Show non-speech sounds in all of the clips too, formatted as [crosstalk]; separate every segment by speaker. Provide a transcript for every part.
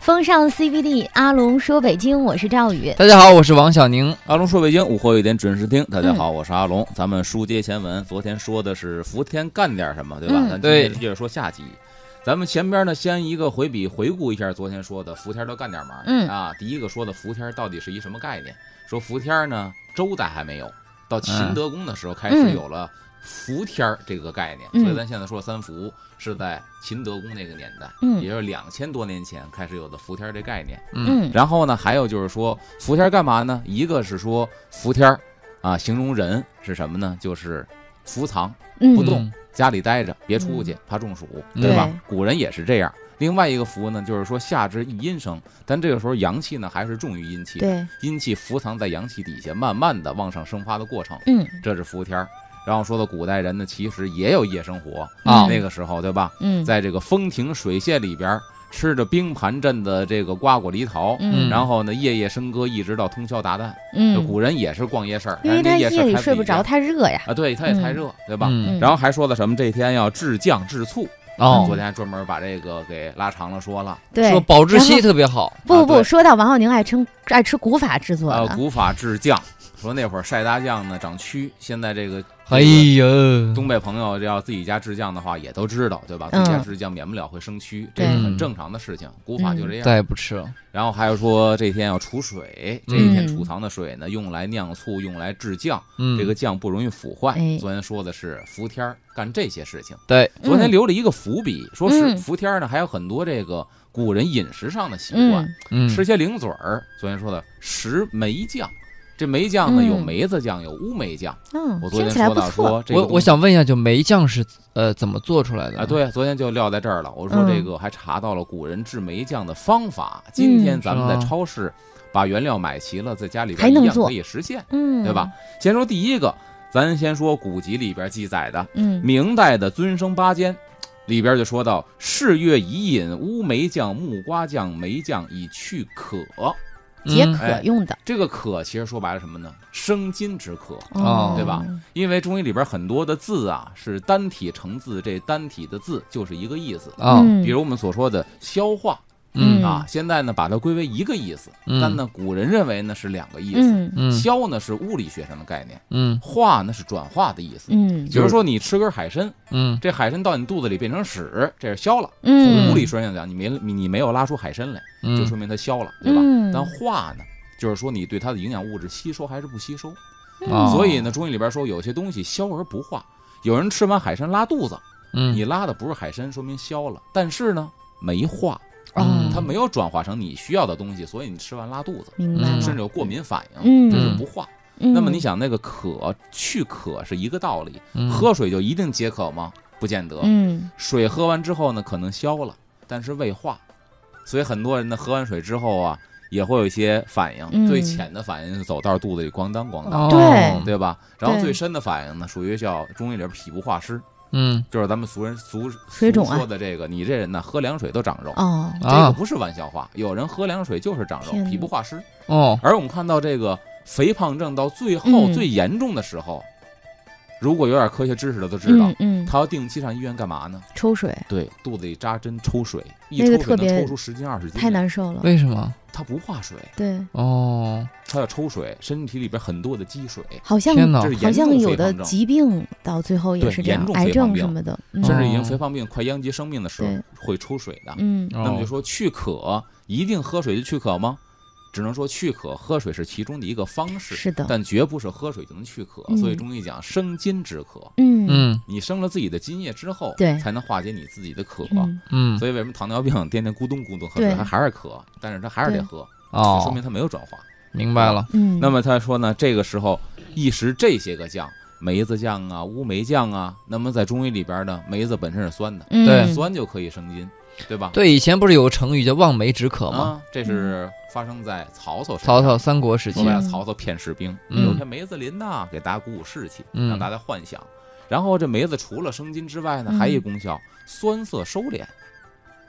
Speaker 1: 风尚 CBD，阿龙说北京，我是赵宇。
Speaker 2: 大家好，我是王小宁。
Speaker 3: 阿龙说北京，午后一点准时听。大家
Speaker 1: 嗯
Speaker 3: 好，我是阿龙。咱们书接前文，昨天说的是福田干点什么，对吧？
Speaker 1: 嗯
Speaker 3: 咱今
Speaker 2: 对
Speaker 3: 天接着说下集。咱们前边呢，先一个回笔回顾一下昨天说的福田都干点嘛。
Speaker 1: 嗯
Speaker 3: 啊，第一个说的福田到底是一什么概念？说福田呢，周代还没有，到秦德公的时候开始
Speaker 1: 嗯
Speaker 3: 有了福天儿这个概念，
Speaker 1: 嗯
Speaker 3: 所以咱现在说三福是在秦德公那个年代，
Speaker 1: 嗯
Speaker 3: 也就是两千多年前开始有的福天儿这概念。
Speaker 1: 嗯
Speaker 3: 然后呢，还有就是说福天儿干嘛呢？一个是说福天儿啊，形容人是什么呢？就是伏藏，
Speaker 1: 嗯
Speaker 3: 不动，家里待着，别出去，怕中暑，对吧？
Speaker 1: 对
Speaker 3: 古人也是这样。另外一个福呢，就是说夏至一阴生，但这个时候阳气呢还是重于阴气，
Speaker 1: 对，
Speaker 3: 阴气伏藏在阳气底下，慢慢的往上升发的过程，
Speaker 1: 嗯
Speaker 3: 这是伏天儿。然后说到古代人呢，其实也有夜生活
Speaker 2: 啊
Speaker 3: 那个时候对吧？
Speaker 1: 嗯，
Speaker 3: 在这个风亭水榭里边儿吃着冰盘镇的这个瓜果梨桃，
Speaker 1: 嗯
Speaker 3: 然后呢夜夜笙歌，一直到通宵达旦。这
Speaker 1: 嗯，
Speaker 3: 古人也是逛夜市儿，
Speaker 1: 因为
Speaker 3: 但
Speaker 1: 他
Speaker 3: 哎是那市
Speaker 1: 夜
Speaker 3: 儿
Speaker 1: 里
Speaker 3: 开
Speaker 1: 睡不
Speaker 3: 一样
Speaker 1: 着，太热呀。
Speaker 3: 啊，对，它也太热，对吧？
Speaker 2: 嗯
Speaker 1: 嗯
Speaker 3: 然后还说了什么？这天要制酱制醋，
Speaker 2: 哦
Speaker 3: 昨，天还专门把这个给拉长了说了。
Speaker 1: 对
Speaker 2: 说，保质期特别好，
Speaker 1: 不不
Speaker 3: 啊
Speaker 1: 不，
Speaker 3: 对
Speaker 1: 说到王浩宁爱吃爱吃古法制作
Speaker 3: 呃，
Speaker 1: 的，
Speaker 3: 古法制酱，说那会儿晒大酱呢长蛆，现在这个
Speaker 2: 哎呦，
Speaker 3: 东北朋友要自己家制酱的话，也都知道，对吧？
Speaker 1: 嗯
Speaker 3: 自己家制酱免不了会生蛆，这是很正常的事情，古法
Speaker 1: 嗯
Speaker 3: 就这样。
Speaker 2: 再也不吃了。
Speaker 3: 然后还有说这天要储水，这一
Speaker 1: 嗯
Speaker 3: 天储藏的水呢，用来酿醋，用来制酱，
Speaker 2: 嗯，
Speaker 3: 这个酱不容易腐坏
Speaker 1: 哎。
Speaker 3: 昨天说的是伏天儿干这些事情，
Speaker 2: 对，
Speaker 1: 嗯
Speaker 3: 昨天留了一个伏笔，说是
Speaker 1: 嗯
Speaker 3: 伏天儿呢，还有很多这个古人饮食上的习惯
Speaker 1: 嗯，
Speaker 2: 嗯，
Speaker 3: 吃些零嘴儿。昨天说的食梅酱。这梅酱呢，
Speaker 1: 嗯
Speaker 3: 有梅子酱，有乌梅酱。
Speaker 1: 嗯
Speaker 3: 我，昨
Speaker 1: 听
Speaker 3: 天
Speaker 1: 起来
Speaker 3: 说
Speaker 1: 不
Speaker 3: 到
Speaker 1: 错。
Speaker 3: 说这个
Speaker 2: 我
Speaker 3: 东西
Speaker 2: 我想问一下，就梅酱是呃怎么做出来的
Speaker 3: 啊，对，昨天就撂在这儿了。我说
Speaker 1: 嗯
Speaker 3: 这个还查到了古人制梅酱的方法。今天咱们在
Speaker 2: 是吗
Speaker 3: 超市把原料买齐了，在家里边
Speaker 1: 嗯还能
Speaker 3: 一样
Speaker 1: 做
Speaker 3: 可以实现，
Speaker 1: 嗯，
Speaker 3: 对吧？？先说第一个，咱先说古籍里边记载的
Speaker 1: 嗯
Speaker 3: 明代的《尊生八监》里边就说到：“是月以饮乌梅酱、木瓜酱、梅酱，以去渴。
Speaker 1: 解
Speaker 2: 嗯
Speaker 1: 渴
Speaker 3: 哎
Speaker 1: 用的，”
Speaker 3: 这个渴其实说白了什么呢？生津止渴。
Speaker 2: 哦
Speaker 3: 哎对
Speaker 1: 嗯
Speaker 3: 吧？因为中医里边很多的字啊是单体成字，这单体的字就是一个意思。
Speaker 2: 啊，
Speaker 1: 嗯
Speaker 3: 哦比如我们所说的消化
Speaker 1: 嗯
Speaker 3: 啊，现在呢把它归为一个意思，
Speaker 2: 嗯
Speaker 3: 但呢古人认为呢是两个意思。
Speaker 1: 嗯
Speaker 2: 嗯
Speaker 3: 消呢是物理学上的概念，
Speaker 2: 嗯
Speaker 3: 化呢是转化的意思。
Speaker 1: 嗯
Speaker 3: 比如说你吃根海参，
Speaker 2: 嗯
Speaker 3: 这海参到你肚子里变成屎，这是消了。
Speaker 1: 嗯，
Speaker 3: 从物理学上讲，你没你你没有拉出海参来，
Speaker 2: 嗯，
Speaker 3: 就说明它消了，对吧
Speaker 1: 嗯？
Speaker 3: 但化呢，就是说你对它的营养物质吸收还是不吸收。
Speaker 1: 嗯
Speaker 2: 哦
Speaker 3: 所以呢，中医里边说有些东西消而不化，有人吃完海参拉肚子，
Speaker 2: 嗯
Speaker 3: 你拉的不是海参，说明消了，但是呢没化，
Speaker 1: 哦，
Speaker 3: 嗯它没有转化成你需要的东西，所以你吃完拉肚子，
Speaker 1: 明白
Speaker 2: 嗯
Speaker 3: 甚
Speaker 1: 了
Speaker 3: 至。有过敏反应，
Speaker 1: 嗯
Speaker 3: 这是不化。
Speaker 1: 嗯
Speaker 3: 那么你想，那个渴去渴是一个道理，
Speaker 2: 嗯
Speaker 3: 喝水就一定解渴吗？不见得，
Speaker 1: 嗯
Speaker 3: 水喝完之后呢，可能消了，但是未化，所以很多人呢喝完水之后啊，也会有一些反
Speaker 1: 嗯
Speaker 3: 应，最浅的反应是走道肚子里咣当咣
Speaker 2: 哦
Speaker 3: 当。
Speaker 1: 对
Speaker 3: 对吧？然后
Speaker 1: 对
Speaker 3: 最深的反应呢，属于叫中医里边脾不化湿，
Speaker 2: 嗯
Speaker 3: 就是咱们俗人俗
Speaker 1: 水肿啊
Speaker 3: 俗说的这个，你这人呢喝凉水都长肉，
Speaker 1: 哦
Speaker 3: 这个
Speaker 2: 啊
Speaker 3: 不是玩笑话。有人喝凉水就是长肉
Speaker 1: 天，哪
Speaker 3: 脾不化湿。
Speaker 2: 哦
Speaker 3: 而我们看到这个肥胖症到最后
Speaker 1: 嗯
Speaker 3: 最严重的时候，如果有点科学知识的都知道，
Speaker 1: 嗯，嗯
Speaker 3: 他要定期上医院干嘛呢？
Speaker 1: 抽水
Speaker 3: 对，肚子里扎针抽水，一
Speaker 1: 那个
Speaker 3: 抽
Speaker 1: 特
Speaker 3: 水
Speaker 1: 别
Speaker 3: 能抽出十斤二十斤，
Speaker 1: 太。难受了。
Speaker 2: 为什么
Speaker 3: 他不化水，
Speaker 1: 对，
Speaker 2: 哦
Speaker 3: 他要抽水，身体里边很多的积水，
Speaker 1: 好像
Speaker 2: 天哪
Speaker 3: 嗯这是
Speaker 1: 好
Speaker 3: 严
Speaker 1: 像
Speaker 3: 重
Speaker 1: 有
Speaker 3: 肥
Speaker 1: 的
Speaker 3: 胖症。
Speaker 1: 疾病到最后也
Speaker 3: 对
Speaker 1: 是这样
Speaker 3: 严，重
Speaker 1: 癌
Speaker 3: 肥胖
Speaker 1: 症
Speaker 3: 病
Speaker 1: 什么的，
Speaker 3: 甚
Speaker 1: 嗯
Speaker 3: 至已经肥胖病快殃及生命的时候，会抽水的。
Speaker 1: 嗯
Speaker 2: 那
Speaker 3: 那么就说去渴，一定喝水就去渴吗？只能说去渴，喝水是其中的一个方式，
Speaker 1: 是的
Speaker 3: 但绝不是喝水就能去渴。
Speaker 1: 嗯
Speaker 3: 所以中医讲生津止渴，
Speaker 1: 嗯
Speaker 2: 嗯
Speaker 3: 你生了自己的津液之后，
Speaker 1: 对
Speaker 3: 才能化解你自己的渴。
Speaker 1: 嗯
Speaker 2: 嗯
Speaker 3: 所以为什么糖尿病天天咕咚咕咚喝水，
Speaker 1: 对
Speaker 3: 他还是渴，但是他还是得
Speaker 1: 对
Speaker 3: 喝，
Speaker 2: 哦，
Speaker 3: 说明啊他没有转化。
Speaker 2: 明白了，
Speaker 1: 嗯，
Speaker 3: 那么他说呢，这个时候一时这些个酱，梅子酱啊、乌梅酱啊，那么在中医里边呢，梅子本身是酸的，
Speaker 1: 嗯
Speaker 2: 对
Speaker 3: 酸就可以生津，对吧？
Speaker 2: 对，以前不是有个成语叫望梅止渴吗？
Speaker 3: 啊，这是发生在曹操身上。
Speaker 2: 曹操三国时期
Speaker 3: 说，白了，
Speaker 1: 嗯
Speaker 3: 曹操骗士兵，
Speaker 2: 嗯
Speaker 3: 有天梅子林呐，给大家鼓舞士气，
Speaker 2: 嗯
Speaker 3: 让大家幻想。然后这梅子除了生津之外呢，
Speaker 1: 嗯
Speaker 3: 还有一功效，酸涩收敛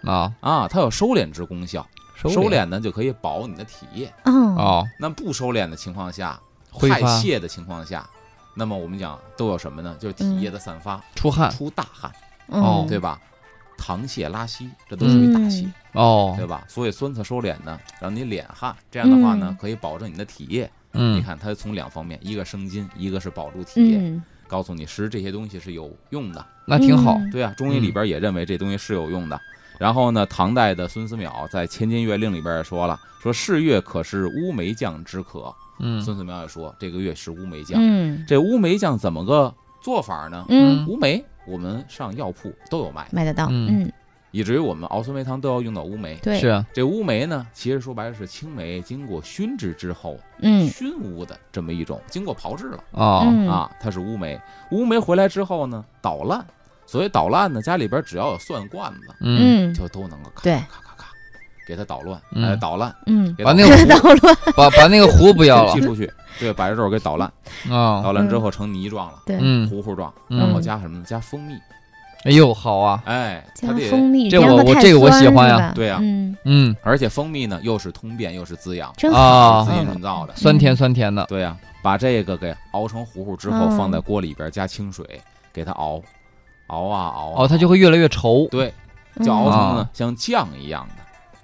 Speaker 2: 啊，
Speaker 3: 啊，它有收敛之功效。
Speaker 2: 收
Speaker 3: 收敛呢就可以保你的体液。
Speaker 1: 嗯
Speaker 2: 哦，
Speaker 3: 那不收敛的情况下，
Speaker 2: 挥
Speaker 3: 太
Speaker 2: 发
Speaker 3: 泄的情况下，那么我们讲都有什么呢？就是体液的散发，
Speaker 2: 出汗，
Speaker 3: 出大汗，
Speaker 1: 嗯
Speaker 2: 嗯哦
Speaker 3: 对吧？溏泻拉稀，这都属于大气，
Speaker 2: 哦
Speaker 3: 对，吧？所以酸涩收敛呢，让你敛汗，这样的话呢
Speaker 1: 嗯，
Speaker 3: 可以保证你的体液。你
Speaker 2: 嗯，
Speaker 3: 看，它从两方面，一个生津，一个是保住体液，
Speaker 1: 嗯，
Speaker 3: 告诉你吃这些东西是有用的。
Speaker 2: 那挺好。
Speaker 1: 嗯
Speaker 3: 对啊，中医里边也认为这东西是有用的。然后呢，唐代的孙思邈在《千金月令》里边也说了，说是月可是乌梅酱之可。
Speaker 2: 嗯
Speaker 3: 孙思邈也说，这个月是乌梅酱。
Speaker 1: 嗯
Speaker 3: 这乌梅酱怎么个做法呢？
Speaker 1: 嗯，
Speaker 3: 乌梅我们上药铺都有卖，
Speaker 1: 买得到，
Speaker 2: 嗯
Speaker 1: 嗯，
Speaker 3: 以至于我们熬酸梅汤都要用到乌梅。
Speaker 1: 对，
Speaker 2: 是，啊，
Speaker 3: 这乌梅呢，其实说白了是青梅经过熏制之后
Speaker 1: 嗯
Speaker 3: 熏乌的这么一种，经过炮制了。
Speaker 2: 哦，
Speaker 1: 嗯，
Speaker 3: 啊，它是乌梅。乌梅回来之后呢，捣烂。所以捣烂呢，家里边只要有蒜罐子，
Speaker 2: 嗯，
Speaker 1: 嗯
Speaker 3: 就都能够咔
Speaker 1: 对
Speaker 3: 咔咔咔，给它捣乱，
Speaker 2: 嗯
Speaker 3: 哎，捣烂，
Speaker 1: 嗯，
Speaker 3: 给
Speaker 2: 把
Speaker 3: 捣
Speaker 2: 那个嗯
Speaker 3: 烂
Speaker 2: 壶
Speaker 1: 捣乱，
Speaker 2: 把把那个壶不
Speaker 3: [laughs]
Speaker 2: 要了
Speaker 3: 踢出去，对，把这肉给捣烂，
Speaker 2: 啊，
Speaker 1: 嗯
Speaker 3: 捣烂之后成泥状了，
Speaker 1: 对，
Speaker 2: 嗯，
Speaker 3: 糊糊状，
Speaker 2: 嗯
Speaker 3: 然后加什么呢？加蜂蜜，
Speaker 2: 哎呦，好啊，
Speaker 3: 哎，
Speaker 1: 加
Speaker 3: 它得，
Speaker 1: 蜂蜜，
Speaker 2: 这
Speaker 1: 不要
Speaker 2: 我
Speaker 1: 它
Speaker 2: 我
Speaker 1: 太
Speaker 2: 这个我
Speaker 1: 酸
Speaker 2: 喜欢
Speaker 1: 是
Speaker 2: 呀
Speaker 1: 吧
Speaker 3: 对呀
Speaker 1: 嗯，
Speaker 2: 嗯，
Speaker 3: 而且蜂蜜呢又是通便又是滋养，
Speaker 1: 真
Speaker 2: 啊
Speaker 1: 好，
Speaker 3: 自己
Speaker 1: 嗯
Speaker 3: 酿造的，
Speaker 2: 酸甜酸甜的，
Speaker 3: 对呀，把这个给熬成糊糊之后，
Speaker 1: 嗯
Speaker 3: 放在锅里边加清水给它熬，熬啊熬啊
Speaker 2: 哦，它就会越来越稠。
Speaker 3: 对，
Speaker 1: 嗯
Speaker 3: 就熬
Speaker 2: 啊
Speaker 3: 成呢像酱一样的。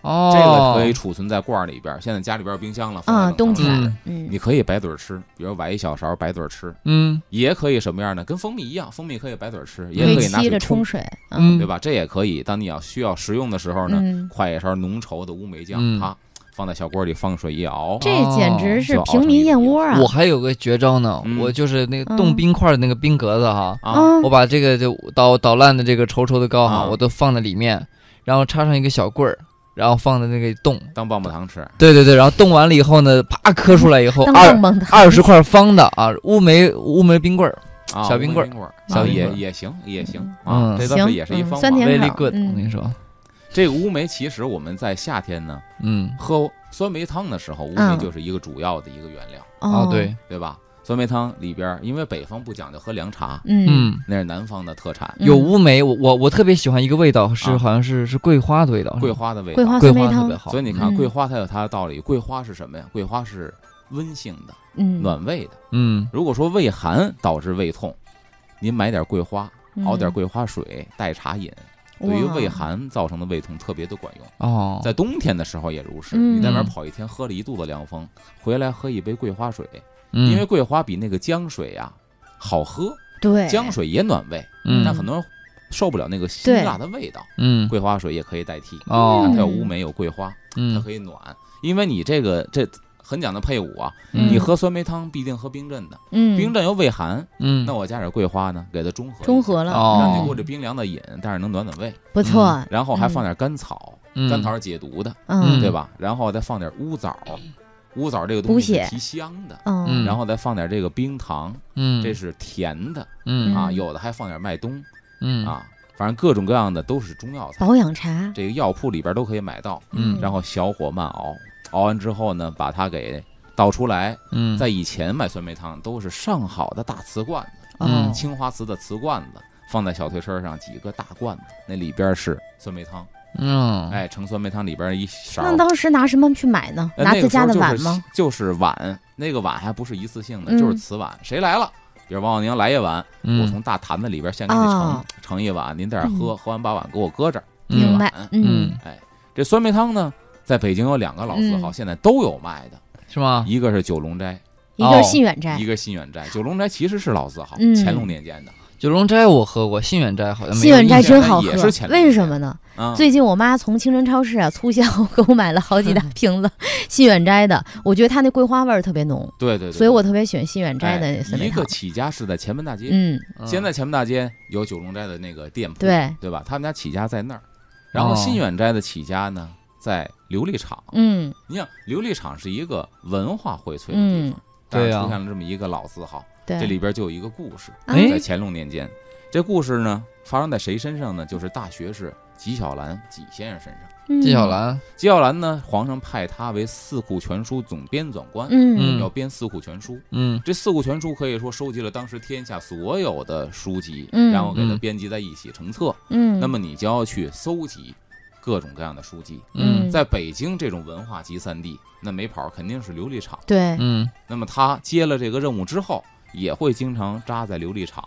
Speaker 2: 哦，
Speaker 3: 这个可以储存在罐儿里边儿，现在家里边儿有冰箱了，放在
Speaker 1: 啊，
Speaker 3: 冷
Speaker 1: 冻起
Speaker 3: 藏室
Speaker 1: 来
Speaker 2: 嗯
Speaker 1: 了，嗯
Speaker 3: 你可以白嘴儿吃，比如崴一小勺儿白嘴儿吃，
Speaker 2: 嗯
Speaker 3: 也可以什么样呢？跟蜂蜜一样，蜂蜜可以白嘴儿吃，也
Speaker 1: 可
Speaker 3: 可
Speaker 1: 以
Speaker 3: 以拿
Speaker 1: 沏
Speaker 3: 水
Speaker 1: 着冲
Speaker 3: 冲，
Speaker 1: 水，
Speaker 2: 嗯，
Speaker 3: 对吧？这也可以。当你要需要食用的时候呢，
Speaker 1: 嗯，
Speaker 3: 快一勺浓稠的乌梅酱
Speaker 2: 嗯，
Speaker 3: 啪，放在小锅里放水一熬，
Speaker 1: 这简直是
Speaker 3: 就熬
Speaker 1: 哦平
Speaker 3: 成
Speaker 1: 民
Speaker 3: 一个
Speaker 1: 燕
Speaker 3: 饼
Speaker 1: 窝啊
Speaker 2: 我！还有个绝招呢，
Speaker 3: 嗯
Speaker 2: 我就是那个冻冰块的那个冰格子哈，
Speaker 1: 哦
Speaker 3: 啊，
Speaker 1: 嗯
Speaker 2: 我把这个就捣捣烂的这个稠稠的糕哈，
Speaker 3: 啊
Speaker 2: 我都放在里面，然后插上一个小棍儿，然后放在那个冻，
Speaker 3: 当棒棒糖吃。
Speaker 2: 对对对，然后冻完了以后呢，啪磕出来以后
Speaker 1: 当
Speaker 2: 二
Speaker 1: 棒棒糖，
Speaker 2: 二十块方的啊，乌梅乌梅冰棍儿
Speaker 3: 啊，
Speaker 2: 小冰
Speaker 3: 乌梅
Speaker 2: 棍儿
Speaker 3: 冰棍儿，
Speaker 2: 小
Speaker 3: 啊
Speaker 2: 冰
Speaker 3: 也
Speaker 2: 棍儿
Speaker 3: 也行，也行
Speaker 2: 嗯
Speaker 3: 啊，这倒
Speaker 1: 行
Speaker 3: 是也是一
Speaker 1: 嗯
Speaker 3: 方法
Speaker 1: 酸。甜
Speaker 2: ，very
Speaker 1: 口
Speaker 2: good，
Speaker 1: 嗯
Speaker 2: 我跟你说，
Speaker 3: 这个乌梅其实我们在夏天呢
Speaker 2: 嗯，
Speaker 3: 喝酸梅汤的时候，乌梅
Speaker 1: 嗯
Speaker 3: 就是一个主要的一个原料。
Speaker 2: 哦对，
Speaker 3: 啊对吧？酸梅汤里边儿，因为北方不讲究喝凉茶，
Speaker 1: 嗯，
Speaker 2: 嗯。
Speaker 3: 那是南方的特产，
Speaker 1: 嗯
Speaker 2: 有乌梅，我我我特别喜欢一个味道，是
Speaker 3: 啊
Speaker 2: 好像是是桂花的味道，是吧
Speaker 3: 桂花的味道。
Speaker 1: 桂花
Speaker 2: 桂
Speaker 1: 酸梅
Speaker 2: 花特别
Speaker 1: 汤，
Speaker 2: 好。
Speaker 3: 所以你看，
Speaker 1: 嗯
Speaker 3: 桂花它有它的道理。桂花是什么呀？桂花是温性的、
Speaker 1: 嗯，
Speaker 3: 暖胃的。
Speaker 2: 嗯，
Speaker 3: 如果说胃寒导致胃痛，您买点桂花，熬点
Speaker 1: 嗯，
Speaker 3: 桂花水代茶饮，对于
Speaker 1: 哇
Speaker 3: 胃寒造成的胃痛特别的管用。
Speaker 2: 哦，
Speaker 3: 在冬天的时候也如是，
Speaker 1: 嗯
Speaker 3: 你在外面跑一天，喝了一肚子凉风，回来喝一杯桂花水，
Speaker 2: 嗯
Speaker 3: 因为桂花比那个姜水啊好喝，
Speaker 1: 对
Speaker 3: 姜水也暖胃。
Speaker 2: 嗯
Speaker 3: 但很多人受不了那个辛辣的味道，
Speaker 2: 嗯
Speaker 3: 桂花水也可以代替。
Speaker 2: 哦
Speaker 3: 啊它有
Speaker 1: 嗯
Speaker 3: 乌梅，有桂花，它
Speaker 2: 嗯
Speaker 3: 可以暖。因为你这个这很讲究配伍啊，
Speaker 1: 嗯
Speaker 3: 你喝酸梅汤必定喝冰镇的，
Speaker 1: 嗯，
Speaker 3: 冰镇有胃寒，
Speaker 2: 嗯，
Speaker 3: 那我加点桂花呢，给它中和一下
Speaker 1: 中和了，
Speaker 2: 哦
Speaker 3: 让你
Speaker 1: 嗯
Speaker 3: 过这冰凉的瘾，但是能暖暖胃。
Speaker 1: 不错，
Speaker 3: 然后还放点甘草，甘草是解毒的，
Speaker 1: 嗯，
Speaker 3: 对吧？然后再放点乌枣，乌枣这个
Speaker 1: 补
Speaker 3: 东西
Speaker 1: 血
Speaker 3: 是提香的。
Speaker 1: 嗯，
Speaker 3: 然后再放点这个冰糖，
Speaker 2: 嗯，
Speaker 3: 这是甜的
Speaker 2: 嗯
Speaker 3: 啊，
Speaker 1: 嗯
Speaker 3: 有的还放点麦冬，
Speaker 2: 嗯
Speaker 3: 啊，反正各种各样的都是中药材，
Speaker 1: 保养茶，
Speaker 3: 这个药铺里边都可以买到。
Speaker 2: 嗯
Speaker 3: 然后小火慢熬，熬完之后呢，把它给倒出来。
Speaker 2: 嗯，
Speaker 3: 在以前买酸梅汤都是上好的大瓷罐子，
Speaker 1: 哦
Speaker 2: 嗯
Speaker 3: 青花瓷的瓷罐子。放在小推车上几个大罐子，那里边是酸梅汤，
Speaker 2: 嗯
Speaker 3: 哎，盛酸梅汤里边一勺。
Speaker 1: 那当时拿什么去买呢？
Speaker 3: 呃
Speaker 1: 拿
Speaker 3: 那
Speaker 1: 自
Speaker 3: 个时
Speaker 1: 家
Speaker 3: 候
Speaker 1: 的
Speaker 3: 就是
Speaker 1: 碗吗？
Speaker 3: 就是碗，那个碗还不是一次性的，
Speaker 1: 嗯
Speaker 3: 就是瓷碗。谁来了，比如王小宁来一碗，
Speaker 2: 嗯
Speaker 3: 我从大坛子里边先给你盛
Speaker 1: 哦嗯
Speaker 3: 盛一碗，您在这儿喝，喝完把碗给我搁这儿。
Speaker 2: 嗯
Speaker 1: 明白
Speaker 3: 碗，
Speaker 1: 嗯，
Speaker 3: 这酸梅汤呢，在北京有两个老字号，
Speaker 1: 嗯哦
Speaker 3: 现在都有卖的，
Speaker 2: 是吗？
Speaker 3: 一个是九龙斋，
Speaker 1: 一个
Speaker 2: 哦
Speaker 1: 是信远斋
Speaker 3: 一，个信远斋。九龙斋其实是老字号，
Speaker 1: 哎嗯
Speaker 3: 乾隆年间的
Speaker 2: 九龙斋我喝过，信远斋好像没
Speaker 1: 信
Speaker 2: 有
Speaker 1: 远
Speaker 2: 印
Speaker 1: 斋
Speaker 2: 象
Speaker 1: 真好喝
Speaker 3: 也是乾，隆
Speaker 1: 为什么呢？
Speaker 3: 啊。
Speaker 1: 最近我妈从清真超市啊促销给我买了好
Speaker 3: 嗯
Speaker 1: 几大瓶子信远斋
Speaker 3: [laughs]
Speaker 1: 的，我觉得它那桂花味儿特别浓，
Speaker 3: 对对对，
Speaker 1: 所以我
Speaker 3: 对
Speaker 1: 特别喜欢信远斋
Speaker 3: 哎
Speaker 1: 的酸梅
Speaker 3: 一
Speaker 1: 汤
Speaker 3: 个。起家是在前门大街，
Speaker 1: 嗯，
Speaker 2: 嗯
Speaker 3: 现在前门大街有九龙斋的那个店铺，
Speaker 1: 对，
Speaker 3: 对吧？他们家起家在那儿，然后
Speaker 2: 哦
Speaker 3: 信远斋的起家呢在琉璃厂。
Speaker 1: 嗯
Speaker 3: 你想，琉璃厂是一个文化荟萃的地方，但是
Speaker 2: 对啊
Speaker 3: 出现了这么一个老字号，
Speaker 1: 对，
Speaker 3: 这里边就有一个故事。
Speaker 1: 啊
Speaker 2: 哎
Speaker 3: 在乾隆年间，这故事呢发生在谁身上呢？就是大学士纪晓岚纪先生身上。
Speaker 2: 纪晓，岚
Speaker 3: 纪晓岚呢，皇上派他为《四库全书》总编纂官，
Speaker 1: 嗯
Speaker 3: 要编《四库全书》。
Speaker 2: 嗯
Speaker 3: 这《四库全书》可以说收集了当时天下所有的书籍，
Speaker 1: 嗯
Speaker 3: 然后给它
Speaker 2: 嗯
Speaker 3: 编辑在一起成册。
Speaker 1: 嗯，
Speaker 3: 那么你就要去搜集各种各样的书籍。
Speaker 1: 嗯，
Speaker 3: 在北京这种文化集散地，那没跑儿肯定是琉璃厂。
Speaker 1: 对，
Speaker 2: 嗯
Speaker 3: 那么他接了这个任务之后，也会经常扎在琉璃厂